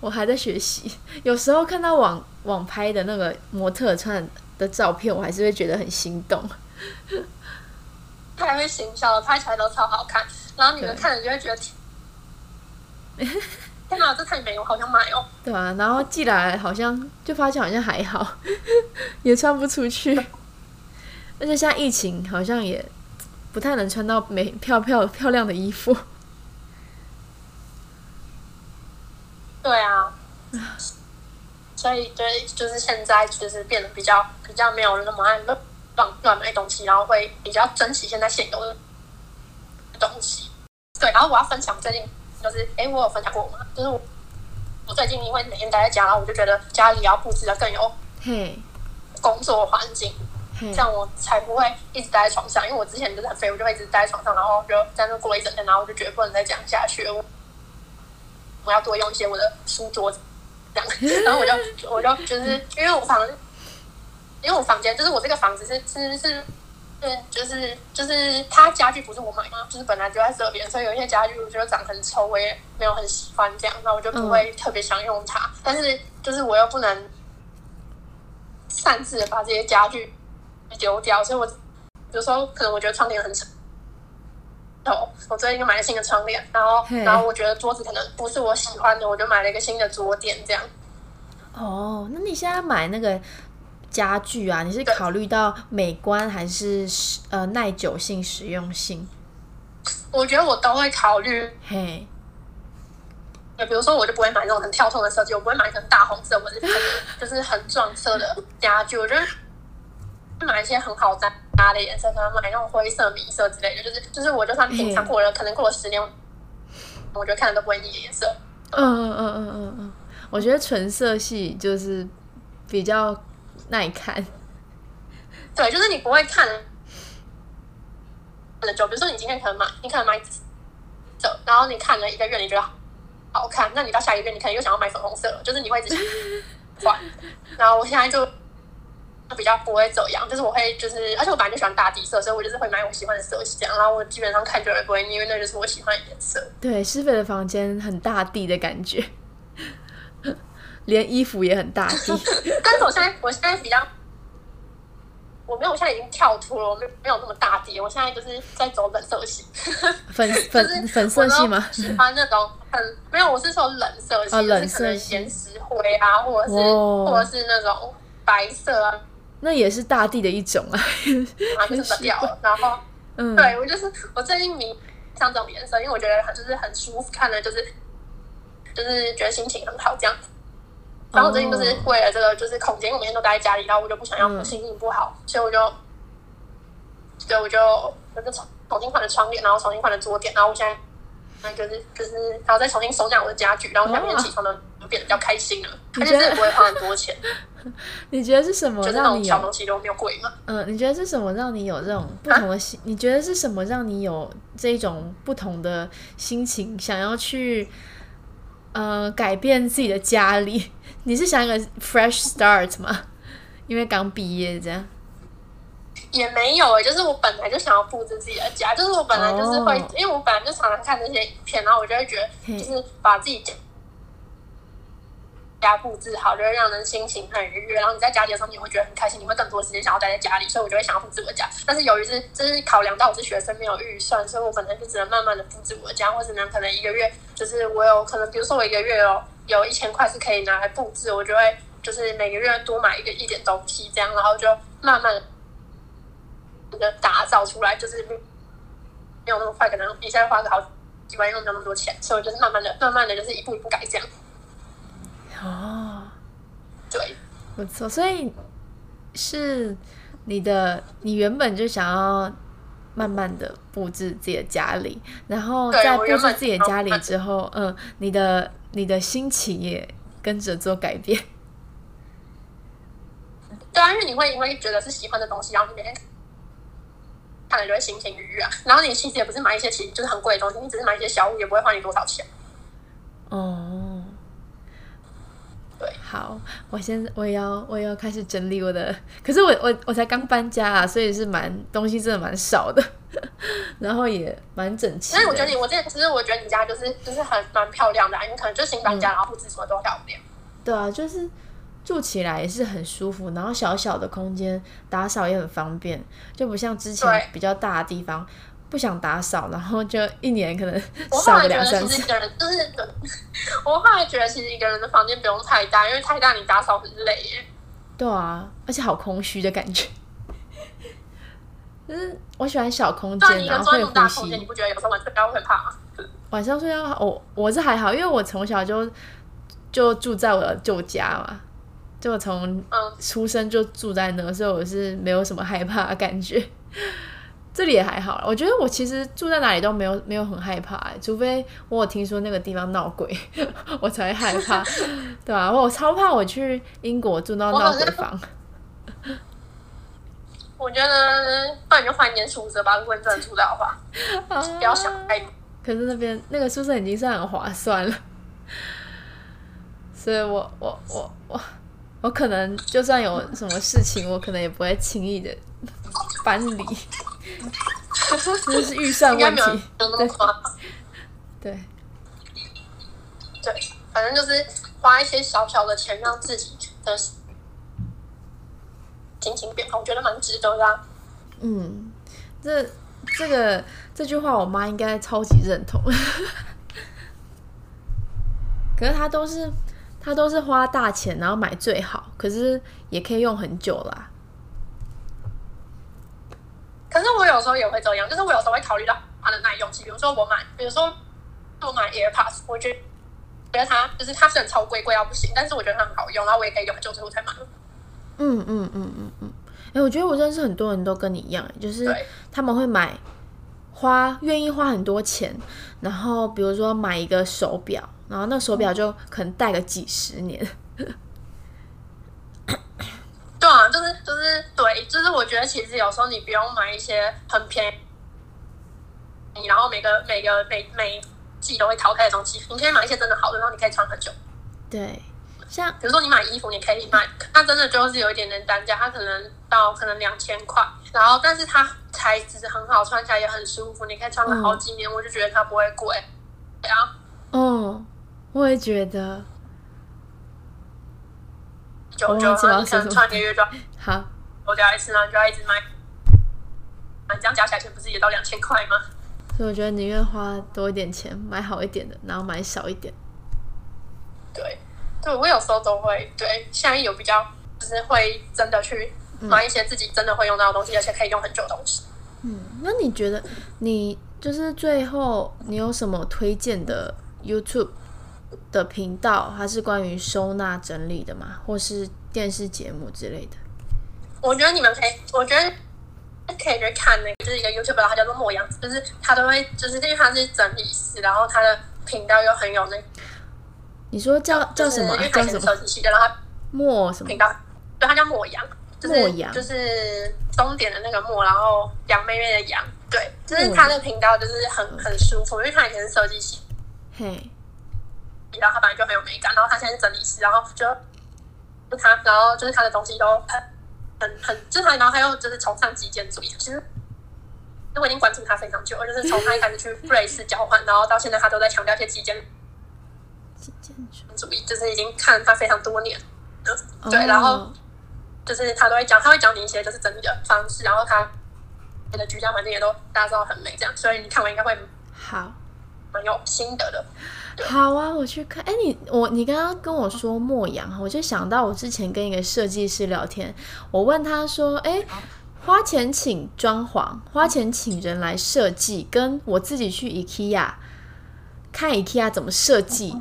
[SPEAKER 2] 我还在学习。 有时候看到网网拍的那个模特穿的照片，我还是会觉得很心动。
[SPEAKER 3] 它还会行销，拍起来都超好看，然后你们
[SPEAKER 2] 对
[SPEAKER 3] 看了就会觉得天，天哪，这太美，我好想买哦。
[SPEAKER 2] 对啊，然后寄来好像就发现好像还好， 也穿不出去， 而且像疫情好像也不太能穿到美漂漂漂亮的衣服。
[SPEAKER 3] 对啊，所以对，就是现在就是变得比较比较没有那么爱乱乱乱买东西，然后会比较珍惜现在现有的东西。对，然后我要分享最近就是，哎，我有分享过吗？就是我我最近因为每天待在家，然后我就觉得家里要布置的更有
[SPEAKER 2] 嘿，
[SPEAKER 3] 工作环境，
[SPEAKER 2] 嘿
[SPEAKER 3] 这，样我才不会一直待在床上。因为我之前就是很废，我就会一直待在床上，然后就在那过了一整天，然后我就觉得不能再这样下去了，我我要多用一些我的书桌子，这样。然后我就我就就是因为我房，因为我房间就是我这个房子是是是对，就是就是他家具不是我买吗？就是本来就在这边，所以有一些家具我觉得长得很丑，我也没有很喜欢这样，那我就不会特别想用它。但是就是我又不能擅自地把这些家具丢掉，所以我有时候可能我觉得窗帘很丑。我最近又买了新的窗帘，然后
[SPEAKER 2] 嘿
[SPEAKER 3] 然后我觉得桌子可能不是我喜欢的，我就买了一个新的桌垫这样。
[SPEAKER 2] 哦，那你现在买那个家具啊，你是考虑到美观还是实呃耐久性、实用性？
[SPEAKER 3] 我觉得我都会考虑
[SPEAKER 2] 嘿，
[SPEAKER 3] 比如说，我就不会买那种很跳动的设计，我不会买很大红色或者是很就是很撞色的家具，我觉得买一些很好搭的颜色，可能买那种灰色、米色之类的，就是就是我就算平常
[SPEAKER 2] 嗯
[SPEAKER 3] 过了，可能过了十年，我觉得看了都不会腻的颜色。
[SPEAKER 2] 嗯嗯嗯嗯嗯嗯，我觉得纯色系就是比较耐看。
[SPEAKER 3] 对，就是你不会看看了久，比如说你今天可能买，你可能买紫色，然后你看了一个月，你觉得好看，那你到下一个月你可能又想要买粉红色了，就是你会一直换。然后我现在就比较不会这样，就是我会就是，而且我本来就喜欢大地色，所以我就是会买我喜欢的色系这样，然后我基本上看久了也不会腻，因为那就是我喜欢的颜色。
[SPEAKER 2] 对，施肥的房间很大地的感觉，连衣服也很 大地。
[SPEAKER 3] 但是我现在我现在比较，我没有，我现在已经跳脱了，我没有没有那么大地，我现在就是在走冷色系。
[SPEAKER 2] 粉粉粉色系吗？
[SPEAKER 3] 喜欢那种很没有，我是说冷色系，就
[SPEAKER 2] 哦
[SPEAKER 3] 是
[SPEAKER 2] 冷色系
[SPEAKER 3] 可能岩石灰啊，或者是、
[SPEAKER 2] 哦
[SPEAKER 3] 或者是那种白色啊，
[SPEAKER 2] 那也是大地的一种啊。
[SPEAKER 3] 然后就是冷掉了。然后
[SPEAKER 2] 嗯，
[SPEAKER 3] 对我就是我最近迷上这种颜色，因为我觉得很就是很舒服，看了就是就是觉得心情很好这样。然后我最近就是为了这个就是空间，因为我每天都待在家里，然后我就不想要
[SPEAKER 2] 哦嗯
[SPEAKER 3] 心情不好，所以我就对我就我就重重新换了窗帘，然后重新换了桌垫，然后我现在。那就是就是，然后再重新收纳我的家具，然后下面
[SPEAKER 2] 哇
[SPEAKER 3] 起床呢就变得比较开心了，
[SPEAKER 2] 哦你
[SPEAKER 3] 而且
[SPEAKER 2] 觉得
[SPEAKER 3] 真的不会花很多 钱，
[SPEAKER 2] 你觉得是什么
[SPEAKER 3] 就是那
[SPEAKER 2] 让
[SPEAKER 3] 种
[SPEAKER 2] 你
[SPEAKER 3] 小
[SPEAKER 2] 有
[SPEAKER 3] 东西都没有贵嘛。
[SPEAKER 2] 嗯？你觉得是什么让你有这种不
[SPEAKER 3] 啊
[SPEAKER 2] 同的心？你觉得是什么让你有这种不同的心情，想要去呃改变自己的家里？你是想一个 fresh start 吗？因为刚毕业这样。
[SPEAKER 3] 也没有哎、就是我本来就想要布置自己的家，就是我本来就是会
[SPEAKER 2] 哦
[SPEAKER 3] 因为我本来就常常看这些影片，然后我就会觉得，
[SPEAKER 2] 嘿
[SPEAKER 3] 就是把自己家家布置好，就会让人心情很愉悦。然后你在家里的时候，你会觉得很开心，你会更多时间想要待在家里，所以我就会想要布置我的家。但是由于是就是考量到我是学生，没有预算，所以我本来就只能慢慢的布置我的家，或者能可能一个月，就是我有可能，比如说我一个月有有一千块是可以拿来布置，我就会就是每个月多买一个一点东西这样，然后就慢慢。的打造出来，就是没没有那么快，可能一下花个好几万，因为没有那么多钱，所以我就是慢慢的、慢慢的，就是一步一步改这样。
[SPEAKER 2] 哦。
[SPEAKER 3] 对，
[SPEAKER 2] 不错，所以是你的，你原本就想要慢慢的布置自己的家里，然后
[SPEAKER 3] 对
[SPEAKER 2] 在
[SPEAKER 3] 我
[SPEAKER 2] 布
[SPEAKER 3] 原
[SPEAKER 2] 置
[SPEAKER 3] 本
[SPEAKER 2] 自己的家里之后，嗯，你的你的心情也跟着做改 变。
[SPEAKER 3] 对啊，因为你会因为觉得是喜欢的东西，然后你每天看了就会心情愉悦、啊。然后你其实也不是买一些其就是很贵的东西，你只是买一些小物，也不会花你多少钱。
[SPEAKER 2] 哦，
[SPEAKER 3] 对，
[SPEAKER 2] 好，我现在我也要我也要开始整理我的，可是我我我才刚搬家啊，所以是蛮东西真的蛮少的， 然后也蛮整齐
[SPEAKER 3] 但
[SPEAKER 2] 的。
[SPEAKER 3] 是我觉得你，我之前其实我觉得你家就是就是很蛮漂亮的、啊，因为可能就新搬家，然后布置什么都漂亮。
[SPEAKER 2] 对啊，就是住起来也是很舒服，然后小小的空间打扫也很方便，就不像之前
[SPEAKER 3] 对
[SPEAKER 2] 比较大的地方不想打扫，然后就一年可能
[SPEAKER 3] 我后
[SPEAKER 2] 扫个
[SPEAKER 3] 来觉
[SPEAKER 2] 两
[SPEAKER 3] 得
[SPEAKER 2] 三
[SPEAKER 3] 其实一
[SPEAKER 2] 次。
[SPEAKER 3] 个人就是 我后来觉得其实一个人的房间不用太大，因为太大你打扫很累耶。
[SPEAKER 2] 对啊，而且好空虚的感觉。 就是我喜欢小空
[SPEAKER 3] 对啊，
[SPEAKER 2] 间，
[SPEAKER 3] 你一个
[SPEAKER 2] 然
[SPEAKER 3] 人
[SPEAKER 2] 后
[SPEAKER 3] 坐在那
[SPEAKER 2] 会有
[SPEAKER 3] 种大
[SPEAKER 2] 呼
[SPEAKER 3] 空间，你
[SPEAKER 2] 吸。
[SPEAKER 3] 不觉得有时候晚睡觉会怕吗？
[SPEAKER 2] 晚上睡觉，我、我是还好，因为我从小就就住在我的旧家嘛，就我从
[SPEAKER 3] 嗯，
[SPEAKER 2] 出生就住在那，所以我是没有什么害怕的感觉。 这里也还好啦，我觉得我其实住在哪里都没有没有很害怕、欸，除非我有听说那个地方闹鬼， 我才害 怕，对吧、啊？我超怕我去英国住到
[SPEAKER 3] 我
[SPEAKER 2] 闹
[SPEAKER 3] 好
[SPEAKER 2] 鬼
[SPEAKER 3] 像
[SPEAKER 2] 房，
[SPEAKER 3] 我觉得不然你就换一间宿舍吧，如果你真的住到的话，
[SPEAKER 2] 嗯
[SPEAKER 3] 不要想太多。
[SPEAKER 2] 可是那边那个宿舍已经算很划算了， 所以我我我我我可能就算有什么事情，我可能也不会轻易的搬离， 真的是遇上
[SPEAKER 3] 应该
[SPEAKER 2] 问
[SPEAKER 3] 没有
[SPEAKER 2] 题
[SPEAKER 3] 人。那么夸张。
[SPEAKER 2] 对，
[SPEAKER 3] 对，反正就是花一些小小的钱，让自己的心情变好，我觉得蛮值得的、啊。
[SPEAKER 2] 嗯，这这个这句话，我妈应该超级认同。 可是她都是她都是花大钱，然后买最好，可是也可以用很久啦。
[SPEAKER 3] 可是我有时候也会这样，就是我有时候会考虑到啊它的耐用性，比如说我买，比如说我买 AirPods，我觉得。觉得它就是它虽然超贵贵到不行，但是我觉得它很好用，然后我也可以用很久，所以我才买。
[SPEAKER 2] 嗯嗯嗯嗯嗯。哎、我觉得我认识很多人都跟你一样，就是
[SPEAKER 3] 对
[SPEAKER 2] 他们会买花，愿意花很多钱，然后比如说买一个手表，然后那手表就可能戴个几十年。
[SPEAKER 3] 对啊，就是就是对，就是我觉得其实有时候你不用买一些很便宜，然后每个每个每每季都会淘汰的东西，你可以买一些真的好的，然后你可以穿很久。
[SPEAKER 2] 对，像
[SPEAKER 3] 比如说你买衣服，你可以买，它真的就是有一点点单价，它可能到可能两千块，然后但是它材质很好，穿起来也很舒服，你可以穿了好
[SPEAKER 2] 嗯
[SPEAKER 3] 几年，我就觉得它不会贵。对啊，
[SPEAKER 2] 哦，我也觉得
[SPEAKER 3] 久
[SPEAKER 2] 我
[SPEAKER 3] 久
[SPEAKER 2] 忘记我
[SPEAKER 3] 然后你可
[SPEAKER 2] 要说什么
[SPEAKER 3] 能穿一个月就要
[SPEAKER 2] 好。
[SPEAKER 3] 丢掉一次，然后你就要一直买，啊，这样加起来钱不是也到两千块吗？
[SPEAKER 2] 所以我觉得宁愿花多一点钱买好一点的，然后买少一点。
[SPEAKER 3] 对，对我有时候都会对，现在有比较就是会真的去买一些自己真的会用到的东西，而且可以用很久的东西。
[SPEAKER 2] 嗯，那你觉得你就是最后你有什么推荐的 YouTube 的频道，还是关于收纳整理的吗？或是电视节目之类的？
[SPEAKER 3] 我觉得你们可以，我觉得。可以去看那个，就是一个 YouTube，然后叫做莫阳，就是他都会，就是因为他是整理师，然后他的频道又很有那，
[SPEAKER 2] 你说叫叫
[SPEAKER 3] 哦就是
[SPEAKER 2] 什
[SPEAKER 3] 因
[SPEAKER 2] 么啊
[SPEAKER 3] 为？他
[SPEAKER 2] 叫
[SPEAKER 3] 以前
[SPEAKER 2] 什
[SPEAKER 3] 是
[SPEAKER 2] 么
[SPEAKER 3] 设？计系的，然后他
[SPEAKER 2] 莫什么
[SPEAKER 3] 频？道，对，他叫莫阳，就是
[SPEAKER 2] 莫阳
[SPEAKER 3] 就是终点的那个莫，然后杨妹妹的杨，对，就是他的频道就是很很舒服，因为他以前是设计系，
[SPEAKER 2] 嘿，
[SPEAKER 3] 然后他本来就很有美感，然后他现在是整理师，然后就就他，然后就是他的东西都很很很，就是他，然后他又就是崇尚极简主义。其实我已经关注他非常久了，就是从他一开始去瑞士交换，然后到现在他都在强调一些极简
[SPEAKER 2] 极简主义
[SPEAKER 3] 主义，就是已经看他非常多年。
[SPEAKER 2] 哦
[SPEAKER 3] 对然后就是他都会讲，他会讲你一些就是整理的方式，然后他你的居家环境也都打造得很美，这样，所以你看完应该会
[SPEAKER 2] 好，
[SPEAKER 3] 蛮有心得的。
[SPEAKER 2] 好啊，我去看。哎，你我你刚刚跟我说莫阳，我就想到我之前跟一个设计师聊天，我问他说，哎，花钱请装潢，花钱请人来设计，跟我自己去 IKEA 看 IKEA 怎么设计，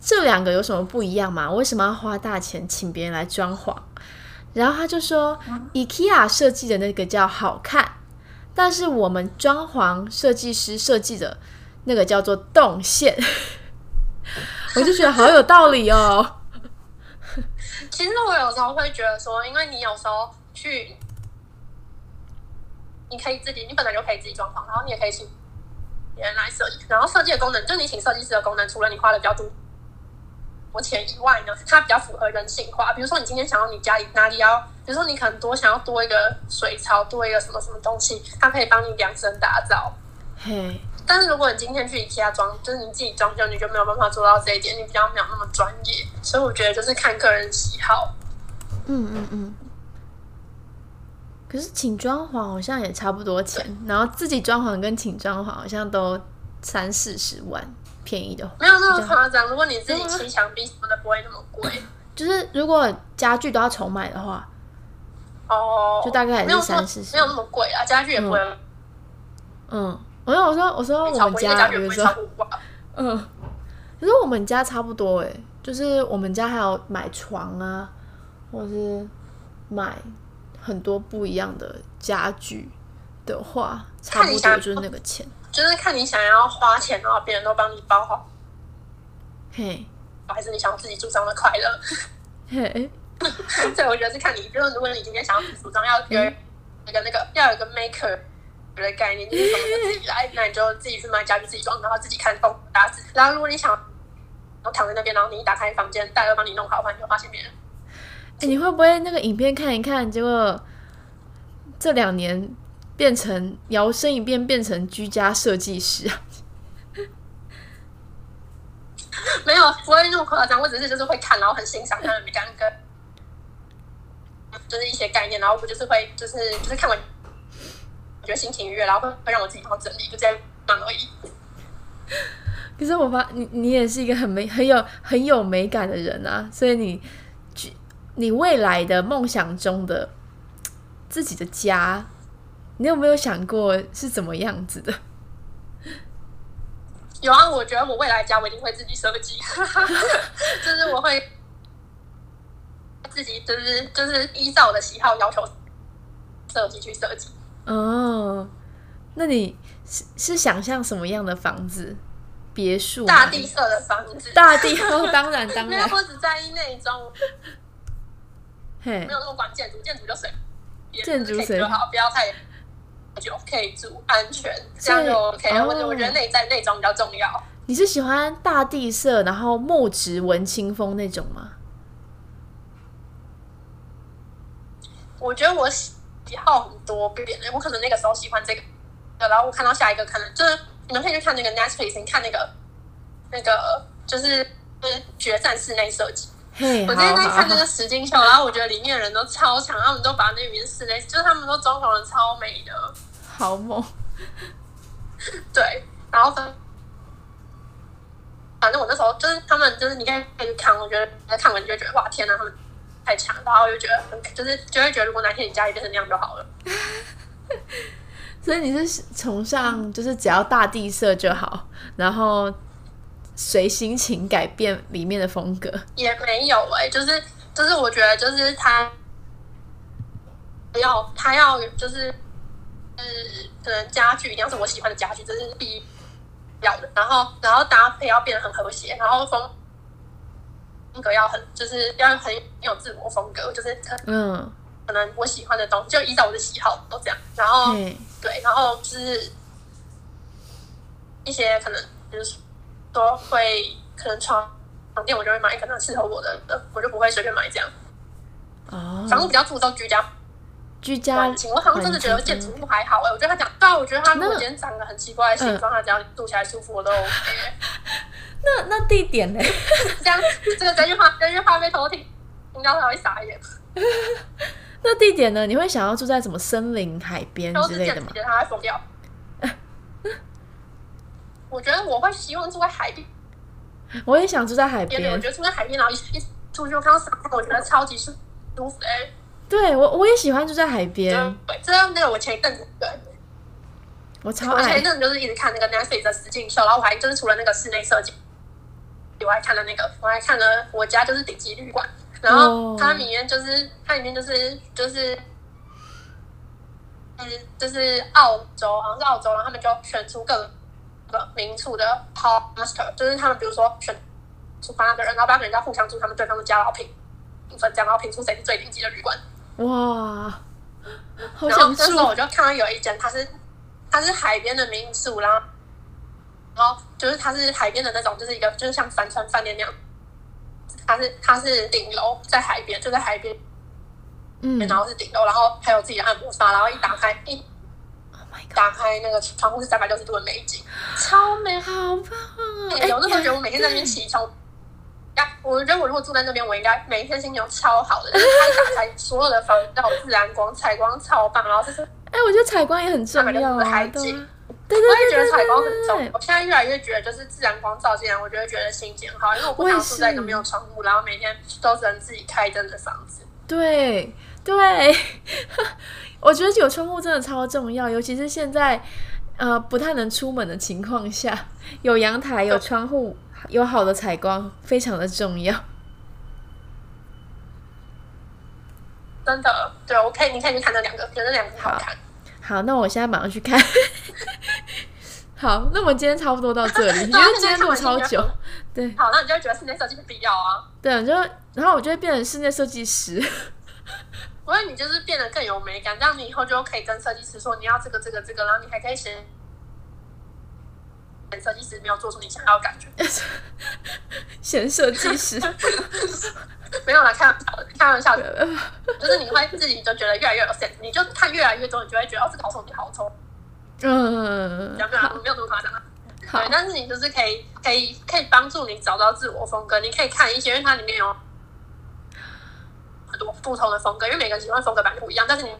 [SPEAKER 2] 这两个有什么不一样吗？为什么要花大钱请别人来装潢？然后他就说，IKEA 设计的那个叫好看，但是我们装潢设计师设计的那个叫做动线。我就觉得好有道理 哦。
[SPEAKER 3] 其实我有时候会觉得说，因为你有时候去，你可以自己，你本来就可以自己装潢，然后你也可以请别人来设计。然后设计的功能，就你请设计师的功能，除了你花的比较多多钱以外呢，它比较符合人性化。比如说，你今天想要你家里哪里要，比如说你可能多想要多一个水槽，多一个什么什么东西，它可以帮你量身打造。
[SPEAKER 2] 嘿，
[SPEAKER 3] 但是如果你今天去 IKEA 装，就是你自己装修，你就没有办法做到这一点，你比较没有那么专业。所以我觉得就是看个人喜好。
[SPEAKER 2] 嗯嗯嗯。可是请装潢好像也差不多钱，然后自己装潢跟请装潢好像都三四十万，便宜的话。
[SPEAKER 3] 没有那么夸张。如果你自
[SPEAKER 2] 嗯
[SPEAKER 3] 己砌墙壁什么的，不会那么贵
[SPEAKER 2] 就是如果家具都要重买的话，
[SPEAKER 3] 哦。
[SPEAKER 2] 就大概也
[SPEAKER 3] 没有
[SPEAKER 2] 是
[SPEAKER 3] 那
[SPEAKER 2] 三
[SPEAKER 3] 么
[SPEAKER 2] 四十
[SPEAKER 3] 没。有那么贵啊，家具也不会
[SPEAKER 2] 嗯，我说我说我说我
[SPEAKER 3] 超
[SPEAKER 2] 们
[SPEAKER 3] 过，因为家
[SPEAKER 2] 家，比
[SPEAKER 3] 具也不
[SPEAKER 2] 如
[SPEAKER 3] 会
[SPEAKER 2] 说
[SPEAKER 3] 超过五万。
[SPEAKER 2] 嗯，可是我们家差不多诶，就是我们家还有买床啊，或是买很多不一样的家具的话，差不多就是那个钱。
[SPEAKER 3] 就是看你想要花钱，然后别人都帮你包好，
[SPEAKER 2] 嘿，
[SPEAKER 3] 还是你想要自己住上的快乐。
[SPEAKER 2] 嘿，
[SPEAKER 3] 对，我觉得是看你，就是如果你今天想要自己组装，要
[SPEAKER 2] 嗯
[SPEAKER 3] 有那个那个要有一个 maker 的概念，就是什么都自己来，那你就自己去买家具，自己装，然后自己看风格搭字。然后如果你想，然 后躺在那边，然后你一打开房间，大家都帮你弄
[SPEAKER 2] 欸
[SPEAKER 3] 好的话，你就发现别人
[SPEAKER 2] 哎，你会不会那个影片看一看，结果这两年变成摇身一变变成居家设计师啊？
[SPEAKER 3] 没有，不会那么夸张，我只是就是会看，然后很欣赏他们每张歌，就是一些概念，然后我就是会就是就是看完，我觉得心情愉悦，然后会会让我自己帮我整理，就这样而已。
[SPEAKER 2] 可是我发你你也是一个很美很有很有美感的人啊，所以你居你未来的梦想中的自己的家，你有没有想过是怎么样子的？
[SPEAKER 3] 有啊，我觉得我未来家我一定会自己设计， 就是我会自己就是就是依照我的喜好要求设计去设计。
[SPEAKER 2] 哦，那你是是想象什么样的房子？别墅吗？
[SPEAKER 3] 大地色的房子，
[SPEAKER 2] 大地哦，当然当
[SPEAKER 3] 没有
[SPEAKER 2] 然，
[SPEAKER 3] 我只在意内装，
[SPEAKER 2] 嘿
[SPEAKER 3] 没，有那么管建筑，建筑就随便，
[SPEAKER 2] 建筑
[SPEAKER 3] 可以
[SPEAKER 2] 随
[SPEAKER 3] 就好，不要太就可以住安全，这样就 OK 了。
[SPEAKER 2] 哦
[SPEAKER 3] 我觉得我觉得内在内装比较重要。
[SPEAKER 2] 你是喜欢大地色，然后木质文青风那种吗？
[SPEAKER 3] 我觉得我喜好很多变，我可能那个时候喜欢这个，然后我看到下一个可能就是你们可以去看那个 Netflix，你看那个那个就是就是决战室内设计。
[SPEAKER 2] 嘿，
[SPEAKER 3] 我
[SPEAKER 2] 好
[SPEAKER 3] 最近在
[SPEAKER 2] 好
[SPEAKER 3] 看那
[SPEAKER 2] 好
[SPEAKER 3] 个，石金秀，然后我觉得里面的人都超强，他们都把那里面室内，就是他们都装潢的超美的，
[SPEAKER 2] 好猛，
[SPEAKER 3] 对。然后反反正我那时候就是他们就是你可以可以去看，我觉得看完就会觉得哇天呐，他们太强了，然后我就觉得很就是就会觉得如果哪天你家里变成那样就好了。
[SPEAKER 2] 所以你是崇尚就是只要大地色就好，然后随心情改变里面的风格。
[SPEAKER 3] 也没有哎、就是就是，我觉得就是他要他要就是就是可能家具一定要是我喜欢的家具，这是必要的。然后然后搭配要变得很和谐，然后风风格要很就是要很有自我风格，就是可
[SPEAKER 2] 嗯，
[SPEAKER 3] 可能我喜欢的东西就依照我的喜好都这样。然后
[SPEAKER 2] 嘿，
[SPEAKER 3] 对，然后就是一些可能就是说会可能床床垫我就会买可能适合我的，呃我就不会随便买这样。反正我
[SPEAKER 2] 哦，
[SPEAKER 3] 比较注重居家
[SPEAKER 2] 居家
[SPEAKER 3] 环境，我好像真的觉得
[SPEAKER 2] 环境
[SPEAKER 3] 建筑物还好哎、我觉得他讲，对啊，我觉得他如果
[SPEAKER 2] 那
[SPEAKER 3] 今天长得很奇怪的形状，他只要住起来舒服，我都 OK。
[SPEAKER 2] 那那地点呢？
[SPEAKER 3] 这样这个这句话这句话被偷听，听到他会傻眼。
[SPEAKER 2] 那地点呢？你会想要住在什么森林、海边
[SPEAKER 3] 然后
[SPEAKER 2] 之
[SPEAKER 3] 是
[SPEAKER 2] 类
[SPEAKER 3] 建
[SPEAKER 2] 的
[SPEAKER 3] 筑
[SPEAKER 2] 吗？
[SPEAKER 3] 他会疯掉。我觉得我会希望住在海边。
[SPEAKER 2] 我也想住在海
[SPEAKER 3] 边的，我
[SPEAKER 2] 边
[SPEAKER 3] 觉，得住在海边，然后一一出去就看到沙滩，我觉得超级舒舒服的哎、
[SPEAKER 2] 对我我也喜欢住在海边，
[SPEAKER 3] 对，啊这样那个我前一阵子对，
[SPEAKER 2] 我超
[SPEAKER 3] 我前
[SPEAKER 2] 爱
[SPEAKER 3] 一。阵子就是一直看那个 Netflix 的实境秀，然后我还就是除了那个室内设计，我还看了那个，我还看了我家就是顶级旅馆，然后
[SPEAKER 2] 哦
[SPEAKER 3] 它里面就是它里面就是就是。嗯，就是澳洲，好像是澳洲，然后他们就选出各个民宿的 master，就是他们比如说选出八个人，然后八个人要互相住他们对方的家，然后评评分，这样然后评出谁是最顶级的旅馆。
[SPEAKER 2] 哇，好
[SPEAKER 3] 然后
[SPEAKER 2] 想
[SPEAKER 3] 那时候
[SPEAKER 2] 住
[SPEAKER 3] 我就看到有一间，它是它是海边的民宿，然后然后就是它是海边的那种，就是一个就是像帆船饭店那样，它是它是顶楼在海边，就在海边，
[SPEAKER 2] 嗯
[SPEAKER 3] 然后是顶楼，然后还有自己的按摩沙，然后一打开一
[SPEAKER 2] ，Oh my god，
[SPEAKER 3] 打开那个窗户是三百六十度的美景，超美
[SPEAKER 2] 好棒哦！哎
[SPEAKER 3] 有那时候觉得我每天在那边起床，哎，我觉得我如果住在那边，我应该每天心情都超好的。就是它一打开，所有的房间都有自然光、采光超棒，然后就是
[SPEAKER 2] 哎，我觉得采光也很重要
[SPEAKER 3] 360
[SPEAKER 2] 啊，
[SPEAKER 3] 海
[SPEAKER 2] 对
[SPEAKER 3] 景
[SPEAKER 2] 啊对对
[SPEAKER 3] 我也
[SPEAKER 2] 对
[SPEAKER 3] 觉得
[SPEAKER 2] 对
[SPEAKER 3] 采光很
[SPEAKER 2] 对
[SPEAKER 3] 重要
[SPEAKER 2] 对，。
[SPEAKER 3] 我现在越来越觉得，就是自然光照进来，我就会觉得心情好，因为我不
[SPEAKER 2] 我也
[SPEAKER 3] 想住在一个
[SPEAKER 2] 是
[SPEAKER 3] 没有窗户，然后每天都只能自己开灯的房子。
[SPEAKER 2] 对对， 我觉得有窗户真的超重要，尤其是现在呃不太能出门的情况下， 有阳台、有窗户、有好的采光，非常的重要。
[SPEAKER 3] 真的，对，我可以，你可以去看那两个，觉得那两个很好看。
[SPEAKER 2] 好，那我现在马上去看。 好，那我们今天差不多到这里，因
[SPEAKER 3] 对啊
[SPEAKER 2] 为今天
[SPEAKER 3] 那
[SPEAKER 2] 录
[SPEAKER 3] 我今
[SPEAKER 2] 超
[SPEAKER 3] 天
[SPEAKER 2] 久。对
[SPEAKER 3] 好，那你就会觉得室内设计是必要啊。
[SPEAKER 2] 对，我就然后我就会变成室内设计师。
[SPEAKER 3] 我觉得你就是变得更有美感，这样你以后就可以跟设计师说你要这个、这个、这个，然后你还可以写设计师没有做出你想要的感 觉。
[SPEAKER 2] 显设 计师，
[SPEAKER 3] 没有啦，开玩笑的，开玩笑的，就是你会自己就觉得越来越有 sense，你就看越来越多，你就会觉得哦，这个好丑，这个好丑，
[SPEAKER 2] 嗯，
[SPEAKER 3] 讲没有啊没有那么夸张啊。
[SPEAKER 2] 好
[SPEAKER 3] 对，，但是你就是可以可以可以帮助你找到自我风格，你可以看一些，因为它里面有很多不同的风格，因为每个人喜欢的风格版不一样，但是你。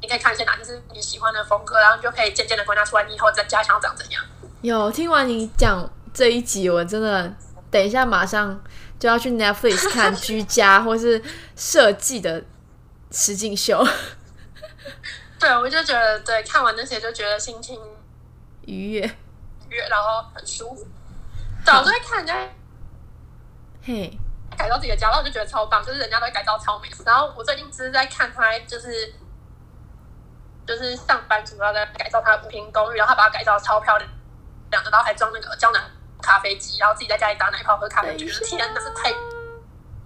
[SPEAKER 3] 你可以看一些哪些是你喜欢的风格，然后你就可以渐渐的归纳出来，你以后在家想要长怎样。
[SPEAKER 2] 有听完你讲这一集，我真的等一下马上就要去 Netflix 看 居家或是设计的实境秀，
[SPEAKER 3] 对，我就觉得，对，看完那些就觉得心情
[SPEAKER 2] 愉悦。
[SPEAKER 3] 愉悦，然后很舒 服。对，我就会看人家
[SPEAKER 2] 嘿，
[SPEAKER 3] 改造自己的家，然后我就觉得超棒，就是人家都会改造超美。然后我最近只是在看他，就是就是上班族要在改造他的五平公寓，然后他把它改造得超漂亮，两个，然后还装那个胶囊咖啡机，然后自己在家里打奶泡喝咖啡，
[SPEAKER 2] 等
[SPEAKER 3] 我
[SPEAKER 2] 一
[SPEAKER 3] 觉得
[SPEAKER 2] 下
[SPEAKER 3] 天哪，是太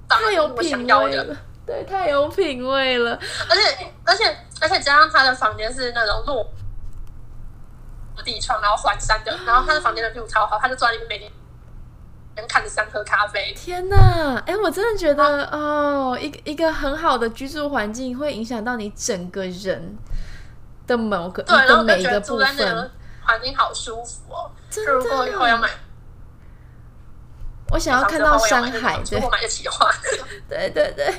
[SPEAKER 3] 棒了，
[SPEAKER 2] 太有
[SPEAKER 3] 是我想
[SPEAKER 2] 品
[SPEAKER 3] 要
[SPEAKER 2] 味
[SPEAKER 3] 的。
[SPEAKER 2] 了，对，太有品味了。
[SPEAKER 3] 而且而且而且加上他的房间是那种落地窗，然后环山的，然后他的房间的 view 超好，他就坐在里面每天能看着山喝咖啡。
[SPEAKER 2] 天呐，哎，我真的觉得
[SPEAKER 3] 啊
[SPEAKER 2] 哦，一个一个很好的居住环境会影响到你整个人的某个
[SPEAKER 3] 对，然后我
[SPEAKER 2] 的
[SPEAKER 3] 就
[SPEAKER 2] 每一
[SPEAKER 3] 觉
[SPEAKER 2] 个
[SPEAKER 3] 得
[SPEAKER 2] 部
[SPEAKER 3] 住在那
[SPEAKER 2] 分
[SPEAKER 3] 个。环境好舒服哦。
[SPEAKER 2] 真
[SPEAKER 3] 如果以后要
[SPEAKER 2] 的
[SPEAKER 3] 买，，
[SPEAKER 2] 我想要看到山海，
[SPEAKER 3] 如
[SPEAKER 2] 对
[SPEAKER 3] 果买得起的话，
[SPEAKER 2] 对对对，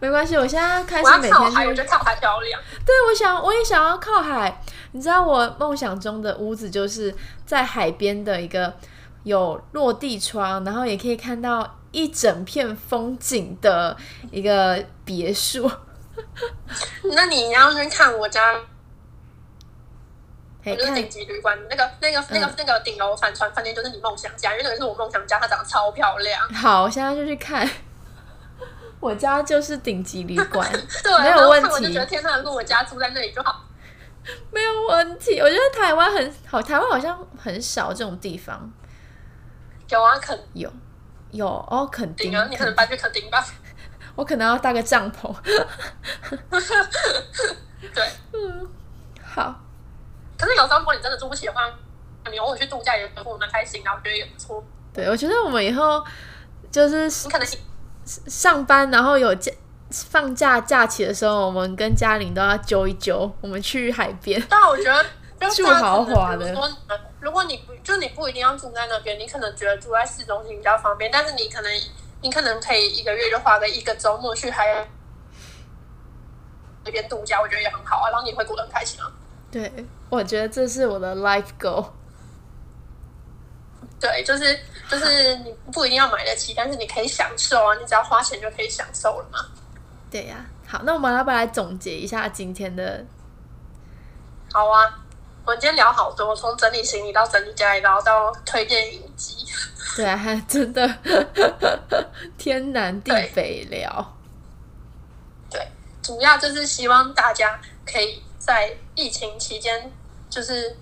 [SPEAKER 2] 没关系，我现在开
[SPEAKER 3] 我
[SPEAKER 2] 始
[SPEAKER 3] 要
[SPEAKER 2] 每
[SPEAKER 3] 靠海，
[SPEAKER 2] 天
[SPEAKER 3] 我
[SPEAKER 2] 去
[SPEAKER 3] 觉得靠海漂亮。
[SPEAKER 2] 对，我想我也想要靠海。你知道我梦想中的屋子就是在海边的一个有落地窗，然后也可以看到一整片风景的一个别 墅。
[SPEAKER 3] 那你要先看我 家，
[SPEAKER 2] 嘿，
[SPEAKER 3] 就是
[SPEAKER 2] 看嗯
[SPEAKER 3] 顶级旅馆那个那个那个那个顶楼帆船饭店，就是你梦想家，因为那个是我梦想家，它长得超漂亮。
[SPEAKER 2] 好，我现在就去看。 我家就是顶级旅馆，
[SPEAKER 3] 对，啊
[SPEAKER 2] 没有
[SPEAKER 3] 然后
[SPEAKER 2] 问
[SPEAKER 3] 看完就
[SPEAKER 2] 题
[SPEAKER 3] 觉得天呐，如果我家住在那里就好。
[SPEAKER 2] 没有问题。我觉得台湾很好，台湾好像很少这种地方
[SPEAKER 3] 有啊，肯
[SPEAKER 2] 有。有哦，肯定
[SPEAKER 3] 定啊，，你可能搬去垦丁吧。
[SPEAKER 2] 我可能要搭个帐篷。
[SPEAKER 3] 对，
[SPEAKER 2] 嗯好，
[SPEAKER 3] 可是有时候如果你真的住不起的话，你偶尔去度假也我蛮开心的，我觉得也不错。
[SPEAKER 2] 对我觉得我们以后就是
[SPEAKER 3] 你可能
[SPEAKER 2] 上班，然后有假放假假期的时候，我们跟嘉玲都要揪一揪，我们去海边。
[SPEAKER 3] 但我觉 得就是
[SPEAKER 2] 住
[SPEAKER 3] 大家
[SPEAKER 2] 豪
[SPEAKER 3] 可能
[SPEAKER 2] 华的
[SPEAKER 3] 比如说你们如果你不就你不一定要住在那边，你可能觉得住在市中心比较方便，但是你可能你可能可以一个月就花个一个周末去海那边度假，我觉得也很好啊，然后你会过得很开心啊。
[SPEAKER 2] 对，我觉得这是我的 life goal。
[SPEAKER 3] 对，就是就是你不一定要买得起，但是你可以享受啊，你只要花钱就可以享受了嘛。
[SPEAKER 2] 对呀、好，那我们要不要来总结一下今天的？
[SPEAKER 3] 好啊，我们今天聊好多，从整理行李到整理家里，然后到推荐影集。
[SPEAKER 2] 对啊， 真的天南地
[SPEAKER 3] 对
[SPEAKER 2] 北聊。
[SPEAKER 3] 对，主要就是希望大家可以在疫情期间，就是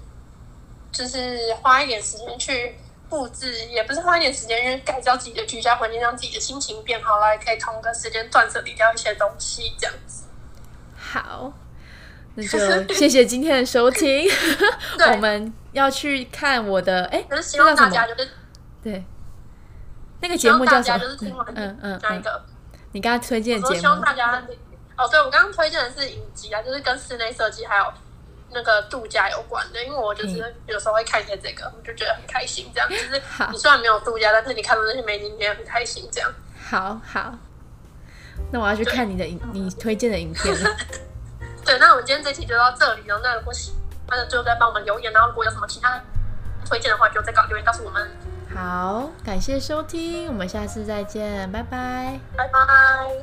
[SPEAKER 3] 就是花一点时间去布置，也不是花一点时间，因为改造自己的居家环境，让自己的心情变好了，也可以同个时间断舍离掉一些东西，这样子。
[SPEAKER 2] 好， 那就谢谢今天的收听。
[SPEAKER 3] 对
[SPEAKER 2] 我们要去看我的哎，
[SPEAKER 3] 就是希
[SPEAKER 2] 这
[SPEAKER 3] 望
[SPEAKER 2] 叫
[SPEAKER 3] 大
[SPEAKER 2] 什么
[SPEAKER 3] 家就是
[SPEAKER 2] 对，那个
[SPEAKER 3] 希
[SPEAKER 2] 节
[SPEAKER 3] 望
[SPEAKER 2] 目
[SPEAKER 3] 大
[SPEAKER 2] 叫什
[SPEAKER 3] 家
[SPEAKER 2] 么
[SPEAKER 3] 就是听完？
[SPEAKER 2] 嗯嗯
[SPEAKER 3] 哪一
[SPEAKER 2] 嗯，
[SPEAKER 3] 个？
[SPEAKER 2] 你刚刚推荐的
[SPEAKER 3] 我
[SPEAKER 2] 节
[SPEAKER 3] 希望
[SPEAKER 2] 目，
[SPEAKER 3] 大家哦，对我刚刚推荐的是影集啊，就是跟室内设计还有那个度假有关的，因为我就是有时候会看一些这个，我就觉得很开心。这 样就是
[SPEAKER 2] 好
[SPEAKER 3] 你虽然没有度假，但是你看到那些美景，你也很开心。这样
[SPEAKER 2] 好好，那我要去看你的影，
[SPEAKER 3] 嗯
[SPEAKER 2] 你推荐的影片了。
[SPEAKER 3] 对，那我们今天这期就到这里了。哦那如果喜欢的，就再帮我们留言，然后如果有什么其他推荐的话，就再搞留言告诉我们。
[SPEAKER 2] 好，感谢收听，我们下次再见，拜拜。
[SPEAKER 3] 拜拜。